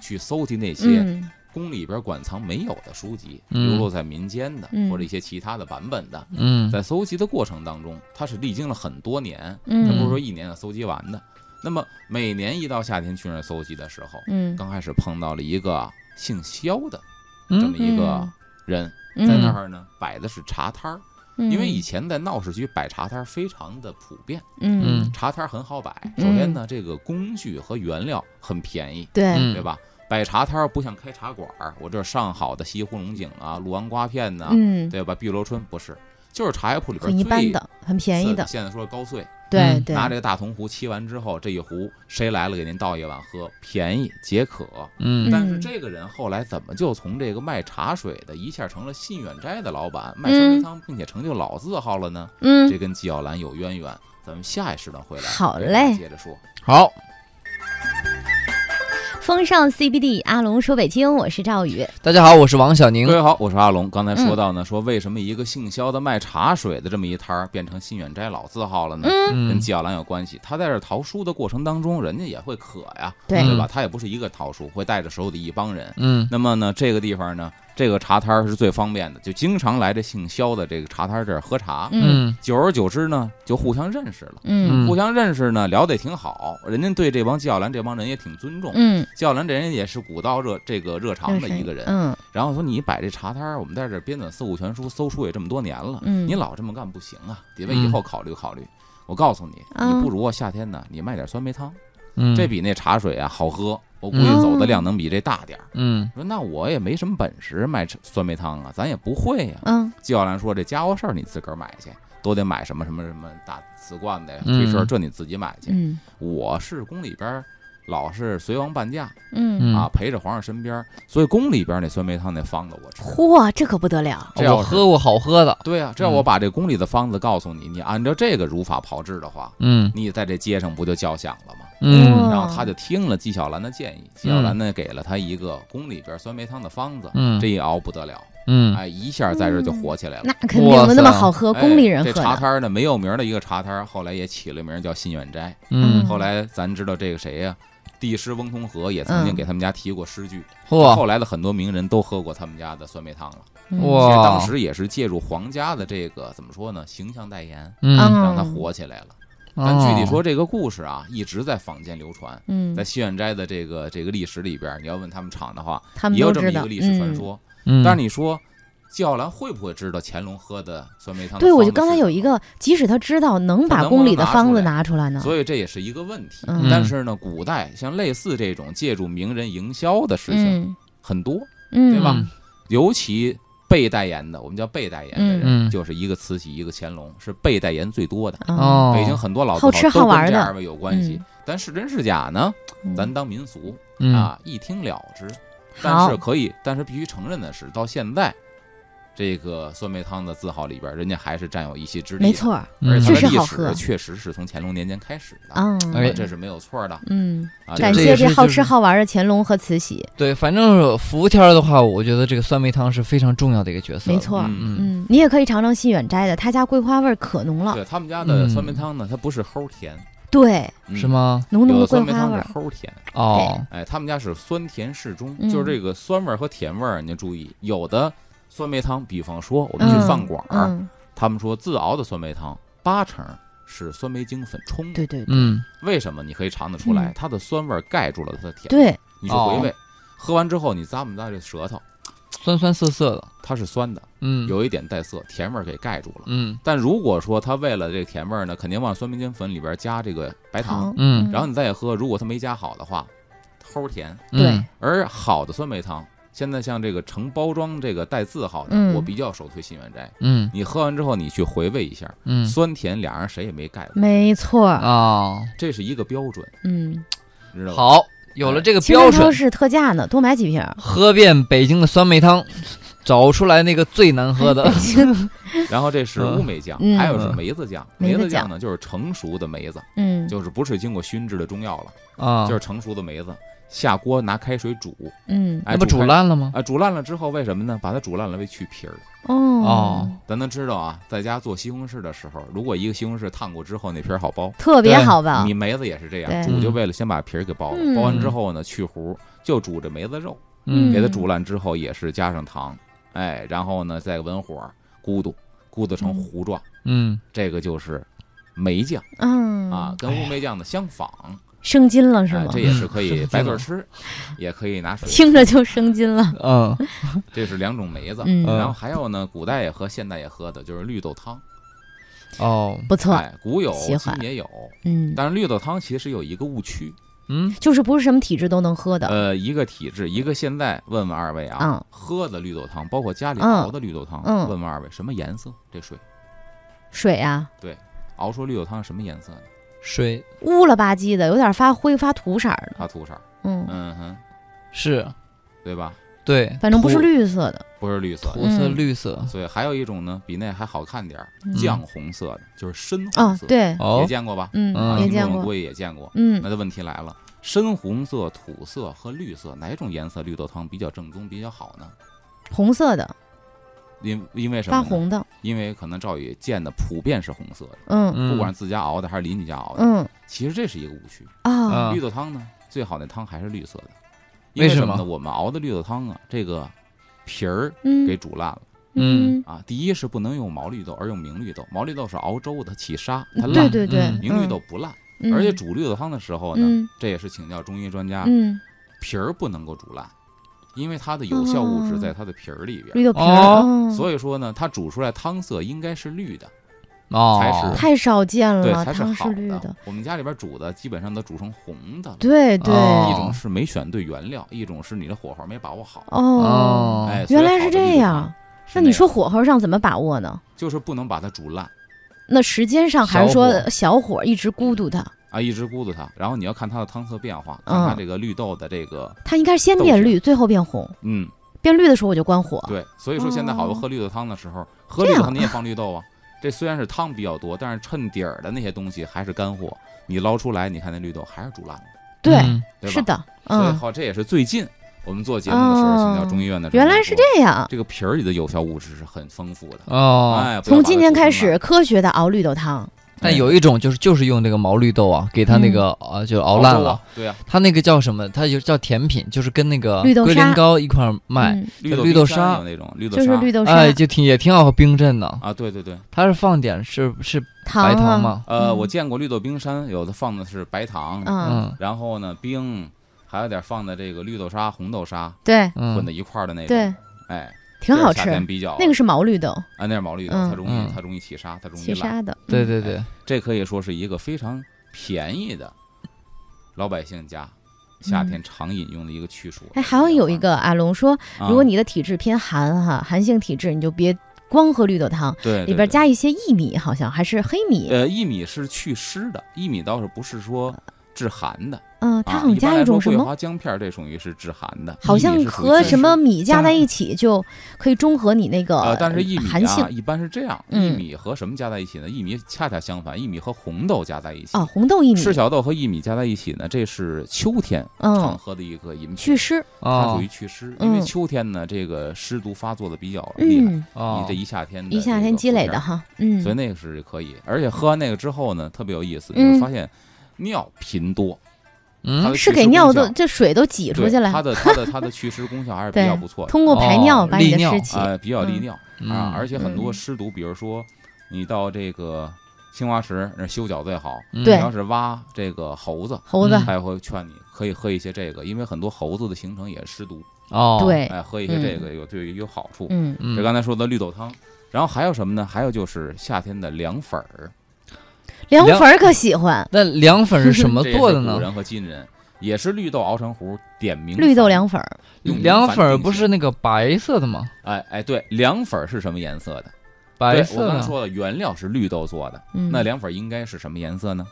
Speaker 3: 去搜集那些
Speaker 1: 嗯
Speaker 3: 宫里边馆藏没有的书籍，
Speaker 2: 嗯
Speaker 3: 流落在民间的
Speaker 1: 嗯
Speaker 3: 或者一些其他的版本的，
Speaker 2: 嗯
Speaker 3: 在搜集的过程当中，它是历经了很多年，它不
Speaker 1: 嗯
Speaker 3: 是说一年就搜集完的。那么每年一到夏天去那儿搜集的时候，
Speaker 1: 嗯，
Speaker 3: 刚开始碰到了一个姓肖的这
Speaker 2: 嗯
Speaker 3: 么一个
Speaker 1: 嗯
Speaker 3: 人，
Speaker 1: 嗯
Speaker 3: 在那儿呢摆的是茶摊儿，
Speaker 1: 嗯
Speaker 3: 因为以前在闹市区摆茶摊儿非常的普遍，
Speaker 1: 嗯
Speaker 2: 嗯
Speaker 3: 茶摊儿很好摆。首先呢，这个工具和原料很便宜，
Speaker 1: 对
Speaker 2: 嗯
Speaker 3: 对吧？摆茶摊儿不像开茶馆儿，我这上好的西湖龙井啊、鲁王瓜片呐、
Speaker 1: 嗯
Speaker 3: 对吧？碧螺春不是，就是茶叶铺里边
Speaker 1: 很一般
Speaker 3: 最
Speaker 1: 的，很便宜的，
Speaker 3: 现在说高碎，
Speaker 1: 对
Speaker 2: 嗯
Speaker 1: 对，
Speaker 3: 拿这个大铜壶沏完之后，这一壶谁来了给您倒一碗喝，便宜解渴。
Speaker 2: 嗯
Speaker 3: 但是
Speaker 1: 嗯
Speaker 3: 这个人后来怎么就从这个卖茶水的，一下成了信远斋的老板，卖酸梅
Speaker 1: 嗯
Speaker 3: 汤，并且成就老字号了呢？
Speaker 1: 嗯
Speaker 3: 这跟纪晓岚有渊源。咱们下一时段回来，
Speaker 1: 好
Speaker 3: 给大家
Speaker 1: 嘞
Speaker 3: 接着说。
Speaker 2: 好，
Speaker 1: 风尚 CBD，阿龙说北京，我是赵宇，
Speaker 2: 大家好，我是王小宁
Speaker 3: 各。位好，我是阿龙。刚才
Speaker 1: 嗯
Speaker 3: 说到呢，说为什么一个姓肖的卖茶水的这么一摊儿变成信远斋老字号了呢？跟
Speaker 2: 嗯
Speaker 3: 纪晓岚有关系。他在这淘书的过程当中，人家也会渴呀，
Speaker 1: 对
Speaker 3: 对吧？他也不是一个淘书，会带着手底一帮人。
Speaker 2: 嗯
Speaker 3: 那么呢，这个地方呢，这个茶摊儿是最方便的，就经常来这姓肖的这个茶摊儿这儿喝茶。
Speaker 1: 嗯
Speaker 2: 嗯
Speaker 3: 久而久之呢，就互相认识了。
Speaker 1: 嗯
Speaker 3: 互相认识呢，聊得也挺好，人家对这帮纪晓岚这帮人也挺尊重。
Speaker 1: 嗯，
Speaker 3: 纪晓岚这人也是古道热这个热肠
Speaker 1: 就
Speaker 3: 的
Speaker 1: 是
Speaker 3: 一个人，
Speaker 1: 嗯
Speaker 3: 然后说你摆这茶摊儿，我们在这儿编纂四库全书，搜书也这么多年了，
Speaker 1: 嗯
Speaker 3: 你老这么干不行啊，得为以后考虑考虑。我告诉你，
Speaker 1: 啊
Speaker 3: 你不如啊夏天呢，你卖点酸梅汤，
Speaker 2: 嗯，
Speaker 3: 这比那茶水啊好喝，我估计
Speaker 1: 嗯
Speaker 3: 走的量能比这大点儿。
Speaker 2: 嗯
Speaker 3: 说那我也没什么本事卖酸梅汤啊，咱也不会呀、
Speaker 1: 嗯
Speaker 3: 纪晓岚说这家伙事儿你自个儿买去，都得买什么什么什么大瓷罐子呀、
Speaker 2: 嗯
Speaker 3: 推车，这你自己买去。
Speaker 1: 嗯
Speaker 3: 我是宫里边儿老是随王伴驾
Speaker 1: 嗯，
Speaker 2: 嗯
Speaker 3: 啊，陪着皇上身边儿，所以宫里边儿那酸梅汤那方子我吃。
Speaker 1: 嚯，这可不得了，
Speaker 3: 这要
Speaker 2: 我
Speaker 3: 是
Speaker 2: 喝过嗯好喝的。
Speaker 3: 对啊，这样我把这宫里的方子告诉你，你按照这个如法炮制的话，
Speaker 2: 嗯
Speaker 3: 你在这街上不就叫响了吗？
Speaker 2: 嗯
Speaker 1: 哇
Speaker 3: 然后他就听了纪晓岚的建议，纪晓岚呢给了他一个宫里边酸梅汤的方子，
Speaker 2: 嗯
Speaker 3: 这一熬不得了，
Speaker 2: 嗯
Speaker 3: 哎，一下在这就火起来了
Speaker 1: 那。肯定嗯的那么好喝，
Speaker 3: 哎
Speaker 1: 宫里人
Speaker 3: 这
Speaker 1: 喝
Speaker 3: 茶
Speaker 1: 的，
Speaker 3: 摊儿呢，没有名儿的一个茶摊儿，后来也起了名儿叫信远斋。
Speaker 2: 嗯，
Speaker 3: 后来咱知道这个谁呀、帝师翁同龢也曾经
Speaker 1: 嗯
Speaker 3: 给他们家提过诗句，
Speaker 2: 嚯
Speaker 3: 后来的很多名人都喝过他们家的酸梅汤了。
Speaker 1: 嗯
Speaker 2: 哇
Speaker 3: 其实当
Speaker 2: 哦
Speaker 3: 时也是借助皇家的这个怎么说呢，形象代言，
Speaker 2: 嗯，哦
Speaker 3: 让它
Speaker 1: 嗯
Speaker 3: 火起来了。但具体说，这个故事啊，一直在坊间流传。
Speaker 1: 嗯
Speaker 3: 在，西苑斋的这个这个历史里边，你要问他们厂的话，
Speaker 1: 他们
Speaker 3: 也有
Speaker 1: 都
Speaker 3: 这么
Speaker 1: 知
Speaker 3: 一
Speaker 1: 道，
Speaker 3: 个历史传说。
Speaker 2: 嗯，
Speaker 3: 但是
Speaker 2: 你
Speaker 3: 你说，纪晓岚会不会知道乾隆喝的酸梅汤的方子是
Speaker 1: 对，
Speaker 3: 什么？
Speaker 1: 我就刚才有一个，即使他知道，能把宫里的方子拿出来呢？
Speaker 3: 所以这也是一个问题。
Speaker 1: 嗯
Speaker 3: 但是呢，古代像类似这种借助名人营销的事情
Speaker 1: 嗯
Speaker 3: 很多，
Speaker 1: 嗯，
Speaker 3: 对吧？尤其被代言的，我们叫被代言的
Speaker 2: 嗯
Speaker 3: 人，
Speaker 2: 嗯
Speaker 3: 就是一个慈禧，一个乾隆，是被代言最多的。
Speaker 1: 嗯？
Speaker 2: 哦，
Speaker 3: 北京很多老字
Speaker 1: 好吃
Speaker 3: 都
Speaker 1: 好玩
Speaker 3: 跟这
Speaker 1: 的
Speaker 3: 二位有关系，但是真是假呢？
Speaker 1: 嗯
Speaker 3: 咱当民俗
Speaker 2: 嗯
Speaker 3: 啊，一听了之。但
Speaker 1: 好
Speaker 3: 是可以，但是必须承认的是，到现在，这个酸梅汤的字号里边，人家还是占有一席之地。啊
Speaker 1: 没，错儿，
Speaker 2: 嗯
Speaker 3: 而
Speaker 1: 确
Speaker 3: 且
Speaker 1: 实
Speaker 3: 它的历
Speaker 1: 好喝
Speaker 3: 史确实是从乾隆年间开始的，
Speaker 1: 啊，
Speaker 2: 哎
Speaker 3: 这是没有错的
Speaker 1: 嗯，
Speaker 3: 啊。
Speaker 1: 感
Speaker 3: 这
Speaker 2: 这
Speaker 3: 是
Speaker 1: 谢
Speaker 2: 也是
Speaker 1: 好
Speaker 2: 就
Speaker 1: 吃
Speaker 2: 是
Speaker 1: 好玩的乾隆和慈禧，
Speaker 2: 对，反正服务天儿的话，我觉得这个酸梅汤是非常重要的一个角色。
Speaker 1: 没，错儿。
Speaker 3: 嗯
Speaker 2: 嗯
Speaker 1: 嗯，你也可以尝尝信远斋的，他家桂花味儿可浓了，
Speaker 3: 对他们家的酸梅汤呢，它不是齁甜，
Speaker 1: 对，
Speaker 3: 嗯
Speaker 2: 是？吗？
Speaker 1: 浓浓
Speaker 3: 有
Speaker 1: 的桂
Speaker 3: 的酸梅
Speaker 1: 花
Speaker 3: 汤
Speaker 1: 味
Speaker 3: 是
Speaker 1: 儿。
Speaker 3: 齁甜，
Speaker 2: 哦，
Speaker 3: 哎，他们家是酸甜适中，
Speaker 1: 嗯
Speaker 3: 就是这个酸味儿和甜味儿，你注意，有的酸梅汤，比方说我们去饭馆儿，
Speaker 1: 嗯，
Speaker 3: 他们说自熬的酸梅汤八成是酸梅精粉冲的，
Speaker 1: 对对
Speaker 2: 嗯
Speaker 3: 为什么？你可以尝得出来
Speaker 1: 嗯，
Speaker 3: 它的酸味儿盖住了它的甜，，
Speaker 1: 对，
Speaker 3: 你去回味，喝完之后你咂吧咂这舌头，
Speaker 2: 酸酸涩涩的，
Speaker 3: 它是酸的，
Speaker 2: 嗯，
Speaker 3: 有一点带涩，甜味儿给盖住了。
Speaker 2: 嗯
Speaker 3: 但如果说它为了这个甜味儿呢，肯定往酸梅精粉里边加这个白糖，
Speaker 1: 糖，
Speaker 2: 嗯
Speaker 3: 然后你再喝，如果它没加好的话，齁甜。
Speaker 1: 对，
Speaker 3: 而好的酸梅汤，现在像这个成包装这个带字号的，
Speaker 1: 嗯
Speaker 3: 我比较首推信源斋。
Speaker 2: 嗯
Speaker 3: 你喝完之后，你去回味一下，
Speaker 2: 嗯
Speaker 3: 酸甜俩人谁也没盖过，
Speaker 1: 没错儿，
Speaker 2: 哦，
Speaker 3: 这是一个标准，
Speaker 1: 嗯，
Speaker 3: 知道吧？
Speaker 2: 好，有了这个
Speaker 1: 清真
Speaker 2: 标
Speaker 1: 超
Speaker 2: 准，
Speaker 1: 市特价呢，多买几瓶儿。
Speaker 2: 喝遍北京的酸梅
Speaker 3: [laughs]
Speaker 2: 汤，找出来那个最难喝的。
Speaker 3: 然后这是乌梅酱，
Speaker 1: 嗯
Speaker 3: 还有是梅子酱。
Speaker 1: 梅
Speaker 3: 梅
Speaker 1: 子
Speaker 3: 子酱呢，就是成熟的梅子，
Speaker 1: 嗯，
Speaker 3: 就是不是经过熏制的中药了，
Speaker 2: 啊，
Speaker 3: 就是成熟的梅子，下锅拿开水煮，
Speaker 1: 嗯，
Speaker 3: 哎，
Speaker 2: 那不煮
Speaker 3: 开
Speaker 2: 烂了吗？
Speaker 3: 啊，煮烂了之后为什么呢？把它煮烂了为去皮儿。
Speaker 1: 哦
Speaker 2: 哦，
Speaker 3: 咱能知道啊，在家做西红柿的时候，如果一个西红柿烫过之后，那皮儿好剥。
Speaker 1: 特别
Speaker 2: 对
Speaker 1: 好吧
Speaker 3: 你？梅子也是这样，
Speaker 1: 啊对
Speaker 3: 煮就为了先把皮儿给剥了，
Speaker 1: 嗯
Speaker 3: 剥完之后呢，去核就煮这梅子肉，
Speaker 2: 嗯
Speaker 3: 给它煮烂之后也是加上糖，哎，然后呢再文火咕嘟咕嘟成
Speaker 1: 嗯
Speaker 3: 糊状，
Speaker 2: 嗯，
Speaker 3: 这个就是梅酱
Speaker 1: 嗯
Speaker 3: 啊，，跟乌梅酱的相仿，
Speaker 1: 生津了是
Speaker 3: 哎
Speaker 1: 吗，嗯
Speaker 3: 这？也是可
Speaker 2: 是
Speaker 3: 以
Speaker 2: 是
Speaker 3: 白嘴
Speaker 2: 是
Speaker 3: 吃，也可以拿
Speaker 1: [laughs]
Speaker 3: 水，
Speaker 1: 听着就生津
Speaker 3: [laughs]
Speaker 1: 了，
Speaker 2: 嗯
Speaker 3: 这是两种梅子。
Speaker 1: 嗯，
Speaker 3: 然后还有呢，古代也喝，现代也喝的就是绿豆汤，
Speaker 2: 哦，
Speaker 1: 不错，
Speaker 3: 哎，古有
Speaker 1: 喜欢
Speaker 3: 今也有，
Speaker 1: 嗯，
Speaker 3: 但是绿豆汤其实有一个误区，
Speaker 2: 嗯
Speaker 1: 就是不是什么体质都能喝的，
Speaker 3: 呃，一个体质，一个现在问问二位啊
Speaker 1: 嗯，
Speaker 3: 喝的绿豆汤，包括家里
Speaker 1: 嗯
Speaker 3: 熬的绿豆汤，
Speaker 1: 嗯
Speaker 3: 问问二位什么颜色？这水
Speaker 1: 水啊，
Speaker 3: 熬出绿豆汤什么颜色呢？
Speaker 2: 水
Speaker 1: 乌了吧唧的，有点发灰发土色儿的，
Speaker 3: 它土色儿，
Speaker 1: 嗯，
Speaker 3: 嗯哼，
Speaker 2: 是
Speaker 3: 对吧？
Speaker 2: 对，
Speaker 1: 反正不是
Speaker 2: 土
Speaker 1: 绿色的，
Speaker 3: 不是绿色的，
Speaker 2: 土色
Speaker 1: 嗯
Speaker 2: 绿色
Speaker 3: 所以还有一种呢，比那还好看点儿，
Speaker 1: 嗯
Speaker 3: 酱红色的，就是深红
Speaker 1: 哦
Speaker 3: 色，，
Speaker 1: 对，
Speaker 2: 哦
Speaker 3: 也，见过吧？啊
Speaker 1: 嗯
Speaker 2: 嗯，
Speaker 1: 也
Speaker 3: 听众
Speaker 1: 见
Speaker 3: 们
Speaker 1: 过，
Speaker 3: 估计也见过。
Speaker 1: 嗯
Speaker 3: 那的问题来了，深红色、土色和绿色哪种颜色绿豆汤比较正宗、比较好呢？
Speaker 1: 红色的，
Speaker 3: 因因为什么
Speaker 1: 发
Speaker 3: 呢？
Speaker 1: 红的，
Speaker 3: 因为可能赵宇见的普遍是红色的，
Speaker 1: 嗯
Speaker 2: 嗯
Speaker 3: 不管是自家熬的还是邻居家熬的，
Speaker 1: 嗯
Speaker 3: 其实这是一个误区。
Speaker 1: 啊
Speaker 2: 啊
Speaker 3: 绿豆汤呢，最好那汤还是绿色的，因
Speaker 2: 为
Speaker 3: 什
Speaker 2: 什
Speaker 3: 么呢？
Speaker 2: 么
Speaker 3: 我们熬的绿豆汤啊，这个皮儿
Speaker 1: 嗯
Speaker 3: 给煮烂了、
Speaker 1: 嗯，
Speaker 3: 啊。第一是不能用毛绿豆，而用明绿豆。毛绿豆是熬粥的，它起沙，它
Speaker 1: 对
Speaker 3: 烂。
Speaker 1: 对对，
Speaker 2: 嗯
Speaker 3: 明绿豆不烂，
Speaker 1: 嗯，
Speaker 3: 而且煮绿豆汤的时候呢，啊
Speaker 1: 嗯
Speaker 3: 这也是请教中医专家，
Speaker 1: 嗯，
Speaker 3: 皮儿不能够煮烂，因为它的有效物质在它的皮儿里边。
Speaker 1: 绿豆皮儿，哦
Speaker 2: 哦
Speaker 1: 嗯
Speaker 3: 所以说呢，它煮出来汤色应该是绿的，
Speaker 2: 哦，
Speaker 1: 太少见
Speaker 3: 对，
Speaker 1: 了，
Speaker 3: 才
Speaker 1: 嗯
Speaker 3: 是
Speaker 1: 啊汤
Speaker 3: 好
Speaker 1: 是绿
Speaker 3: 的。我们家里边煮的基本上都煮成红的了，
Speaker 1: 对哦对，
Speaker 2: 哦
Speaker 3: 一种是没选对原料，一种是你的火候没把握好。
Speaker 1: 哦，
Speaker 3: 哎，
Speaker 2: 嗯
Speaker 1: 原来
Speaker 3: 所以好的
Speaker 1: 是这
Speaker 3: 绿豆
Speaker 1: 样
Speaker 3: 汤是
Speaker 1: 那
Speaker 3: 那
Speaker 1: 你
Speaker 3: 样
Speaker 1: 说火候上怎么把握呢？
Speaker 3: 就是不能把它煮烂
Speaker 1: 那时间上还是
Speaker 2: 小
Speaker 1: 说小火一直咕嘟它，
Speaker 3: 啊，一直咕嘟它，然后你要看它的汤色变化，看它
Speaker 1: 嗯
Speaker 3: 这个绿豆的这个，
Speaker 1: 它应该是先
Speaker 3: 豆
Speaker 1: 变
Speaker 3: 制
Speaker 1: 绿，最后变红。
Speaker 3: 嗯，
Speaker 1: 变绿的时候我就关火。
Speaker 3: 对，所以说现在好多
Speaker 1: 啊哦
Speaker 3: 喝绿豆汤的时候，喝
Speaker 1: 这
Speaker 3: 绿豆
Speaker 1: 样
Speaker 3: 汤你也放绿豆啊。这虽然是汤比较多，但是衬底儿的那些东西还是干货，你捞出来，你看那绿豆还是煮烂的，
Speaker 1: 对，
Speaker 2: 嗯
Speaker 3: 对吧？
Speaker 1: 是的，
Speaker 3: 所以
Speaker 1: 嗯，
Speaker 3: 好，这也是最近我们做节目的时候，请教
Speaker 1: 哦
Speaker 3: 中医院的专
Speaker 1: 原
Speaker 3: 家
Speaker 1: 来是
Speaker 3: 说
Speaker 1: 这样。
Speaker 3: 这个皮儿里的有效物质是很丰富的。
Speaker 2: 哦，
Speaker 3: 哎，不要
Speaker 1: 从
Speaker 3: 把它
Speaker 1: 今天
Speaker 3: 煮
Speaker 1: 开
Speaker 3: 烂
Speaker 1: 始，，科学的熬绿豆汤。
Speaker 2: 但
Speaker 3: 哎
Speaker 2: 有一种就是就是用这个毛绿豆啊，给它那
Speaker 1: 嗯
Speaker 2: 个啊就
Speaker 3: 熬
Speaker 2: 熬烂
Speaker 3: 粥啊
Speaker 2: 了，，
Speaker 3: 对呀，
Speaker 2: 它那个叫什么？它就叫甜品，就是跟那个
Speaker 1: 绿豆
Speaker 2: 龟苓
Speaker 1: 沙
Speaker 2: 膏一块儿卖，
Speaker 1: 嗯，
Speaker 3: 绿豆
Speaker 2: 绿豆
Speaker 3: 冰山
Speaker 2: 沙
Speaker 3: 有那种绿豆
Speaker 1: 就是
Speaker 3: 沙
Speaker 1: 绿豆沙、
Speaker 2: 哎，就挺也挺好冰镇的。
Speaker 3: 啊，对对对，
Speaker 2: 它是放点是是
Speaker 1: 糖
Speaker 2: 白
Speaker 1: 啊
Speaker 2: 糖？吗？
Speaker 3: 呃，
Speaker 1: 嗯
Speaker 3: 我见过绿豆冰山，有的放的是白糖，
Speaker 1: 嗯，
Speaker 2: 嗯
Speaker 3: 然后呢冰，还有点放的这个绿豆沙、红豆沙
Speaker 1: 对
Speaker 3: 混在
Speaker 2: 嗯，
Speaker 3: 一块儿的那种。，
Speaker 1: 对，
Speaker 3: 哎，
Speaker 1: 挺好吃
Speaker 3: 这是夏。天比较
Speaker 1: 那个是毛绿豆，
Speaker 3: 啊，那是毛绿豆，
Speaker 1: 嗯
Speaker 3: 它容
Speaker 2: 嗯
Speaker 3: 易它容易起沙，它容易
Speaker 1: 起
Speaker 3: 烂。
Speaker 1: 沙的。
Speaker 2: 对
Speaker 1: 嗯，
Speaker 2: 对对，
Speaker 3: 这可以说是一个非常便宜的老百姓家夏天常饮用的一个去暑。
Speaker 1: 嗯哎，还有有一，
Speaker 3: 嗯
Speaker 1: 个阿龙说，如果
Speaker 3: 你
Speaker 1: 你的体质偏寒哈，寒性体质，你就别光喝绿豆汤，
Speaker 3: 对
Speaker 1: 里
Speaker 3: 对
Speaker 1: 边
Speaker 3: 对
Speaker 1: 加一些薏米，好像还是黑米。
Speaker 3: 呃薏米是祛湿的，薏米倒是不是说治寒的，
Speaker 1: 嗯，它好
Speaker 3: 啊
Speaker 1: 像
Speaker 3: 一般
Speaker 1: 加
Speaker 3: 来
Speaker 1: 一种
Speaker 3: 说
Speaker 1: 什
Speaker 3: 桂
Speaker 1: 么
Speaker 3: 花姜片儿这属于是治寒的，
Speaker 1: 好
Speaker 3: 薏
Speaker 1: 像
Speaker 3: 米是属于
Speaker 1: 和
Speaker 3: 祛
Speaker 1: 什么
Speaker 3: 湿
Speaker 1: 米加
Speaker 2: 加
Speaker 1: 在一起就可以中和你那个
Speaker 3: 呃，但是薏
Speaker 1: 寒
Speaker 3: 米
Speaker 1: 性
Speaker 3: 啊，一般是这样，
Speaker 1: 嗯
Speaker 3: 薏米和什么加在一起呢？薏米恰恰相反，薏米和红豆加在一起
Speaker 1: 啊，。红豆薏
Speaker 3: 赤
Speaker 1: 米，
Speaker 3: 小豆和薏米加在一起呢，这是秋天常
Speaker 1: 嗯，
Speaker 3: 喝的一个饮品
Speaker 1: 祛，湿，
Speaker 3: 它属
Speaker 2: 哦
Speaker 3: 于祛湿，因为
Speaker 1: 嗯
Speaker 3: 秋天呢，这个湿毒发作的比较厉害，
Speaker 1: 嗯，
Speaker 3: 你
Speaker 2: 哦
Speaker 3: 这，一夏天的
Speaker 1: 一夏
Speaker 3: 这
Speaker 1: 天
Speaker 3: 个
Speaker 1: 积
Speaker 3: 负
Speaker 1: 累
Speaker 3: 片
Speaker 1: 的
Speaker 3: 儿，
Speaker 1: 哈，嗯
Speaker 3: 所以，那个是可以。而且喝完那个之后呢，特别有意思，
Speaker 1: 嗯
Speaker 3: 你会发现尿频多，它
Speaker 2: 嗯
Speaker 3: 的
Speaker 1: 是
Speaker 3: 祛
Speaker 1: 给
Speaker 3: 湿功
Speaker 1: 尿都
Speaker 3: 效
Speaker 1: 这水都挤出
Speaker 3: 对
Speaker 1: 去
Speaker 3: 它
Speaker 1: 了，
Speaker 3: 的它的它的祛湿功效还是比
Speaker 1: 对
Speaker 3: 较不错的，
Speaker 1: 通过排
Speaker 2: 哦
Speaker 1: 尿把你的
Speaker 2: 利尿
Speaker 1: 湿气，
Speaker 3: 呃，比较利
Speaker 1: 嗯
Speaker 3: 尿。啊
Speaker 2: 嗯，
Speaker 3: 而且很多
Speaker 1: 嗯
Speaker 3: 湿毒，比如说你到这个青花池那儿修脚最好，
Speaker 2: 嗯
Speaker 1: 对
Speaker 3: 你要是挖这个猴子，
Speaker 1: 猴子
Speaker 2: 嗯
Speaker 3: 他也会劝你可以喝一些这个，因为很多猴子的形成也是湿毒，
Speaker 2: 哦，
Speaker 1: 对，
Speaker 3: 哎，喝一些这个有对于有好处。
Speaker 1: 嗯，
Speaker 2: 嗯，
Speaker 3: 这刚才说的绿豆汤，然后还有什么呢？还有就是夏天的凉粉儿，
Speaker 1: 凉
Speaker 2: 凉
Speaker 1: 粉儿可喜欢，
Speaker 2: 那凉粉是什么
Speaker 3: [laughs] 这也
Speaker 2: 做
Speaker 3: 是
Speaker 2: 的
Speaker 3: 古
Speaker 2: 呢？
Speaker 3: 人和今人也是绿豆熬成糊，点名
Speaker 1: 绿豆
Speaker 3: 饭。
Speaker 1: 凉粉儿，
Speaker 3: 用明
Speaker 2: 凉
Speaker 3: 矾
Speaker 2: 粉儿
Speaker 3: 定
Speaker 2: 不
Speaker 3: 型
Speaker 2: 是那个白色的吗？
Speaker 3: 哎哎，对，凉粉儿是什么颜色的？
Speaker 2: 白
Speaker 3: 对我
Speaker 2: 色
Speaker 3: 刚
Speaker 2: 的，
Speaker 3: 才说了，原料是绿豆做的，
Speaker 1: 嗯，
Speaker 3: 那凉粉儿应该是什么颜色呢？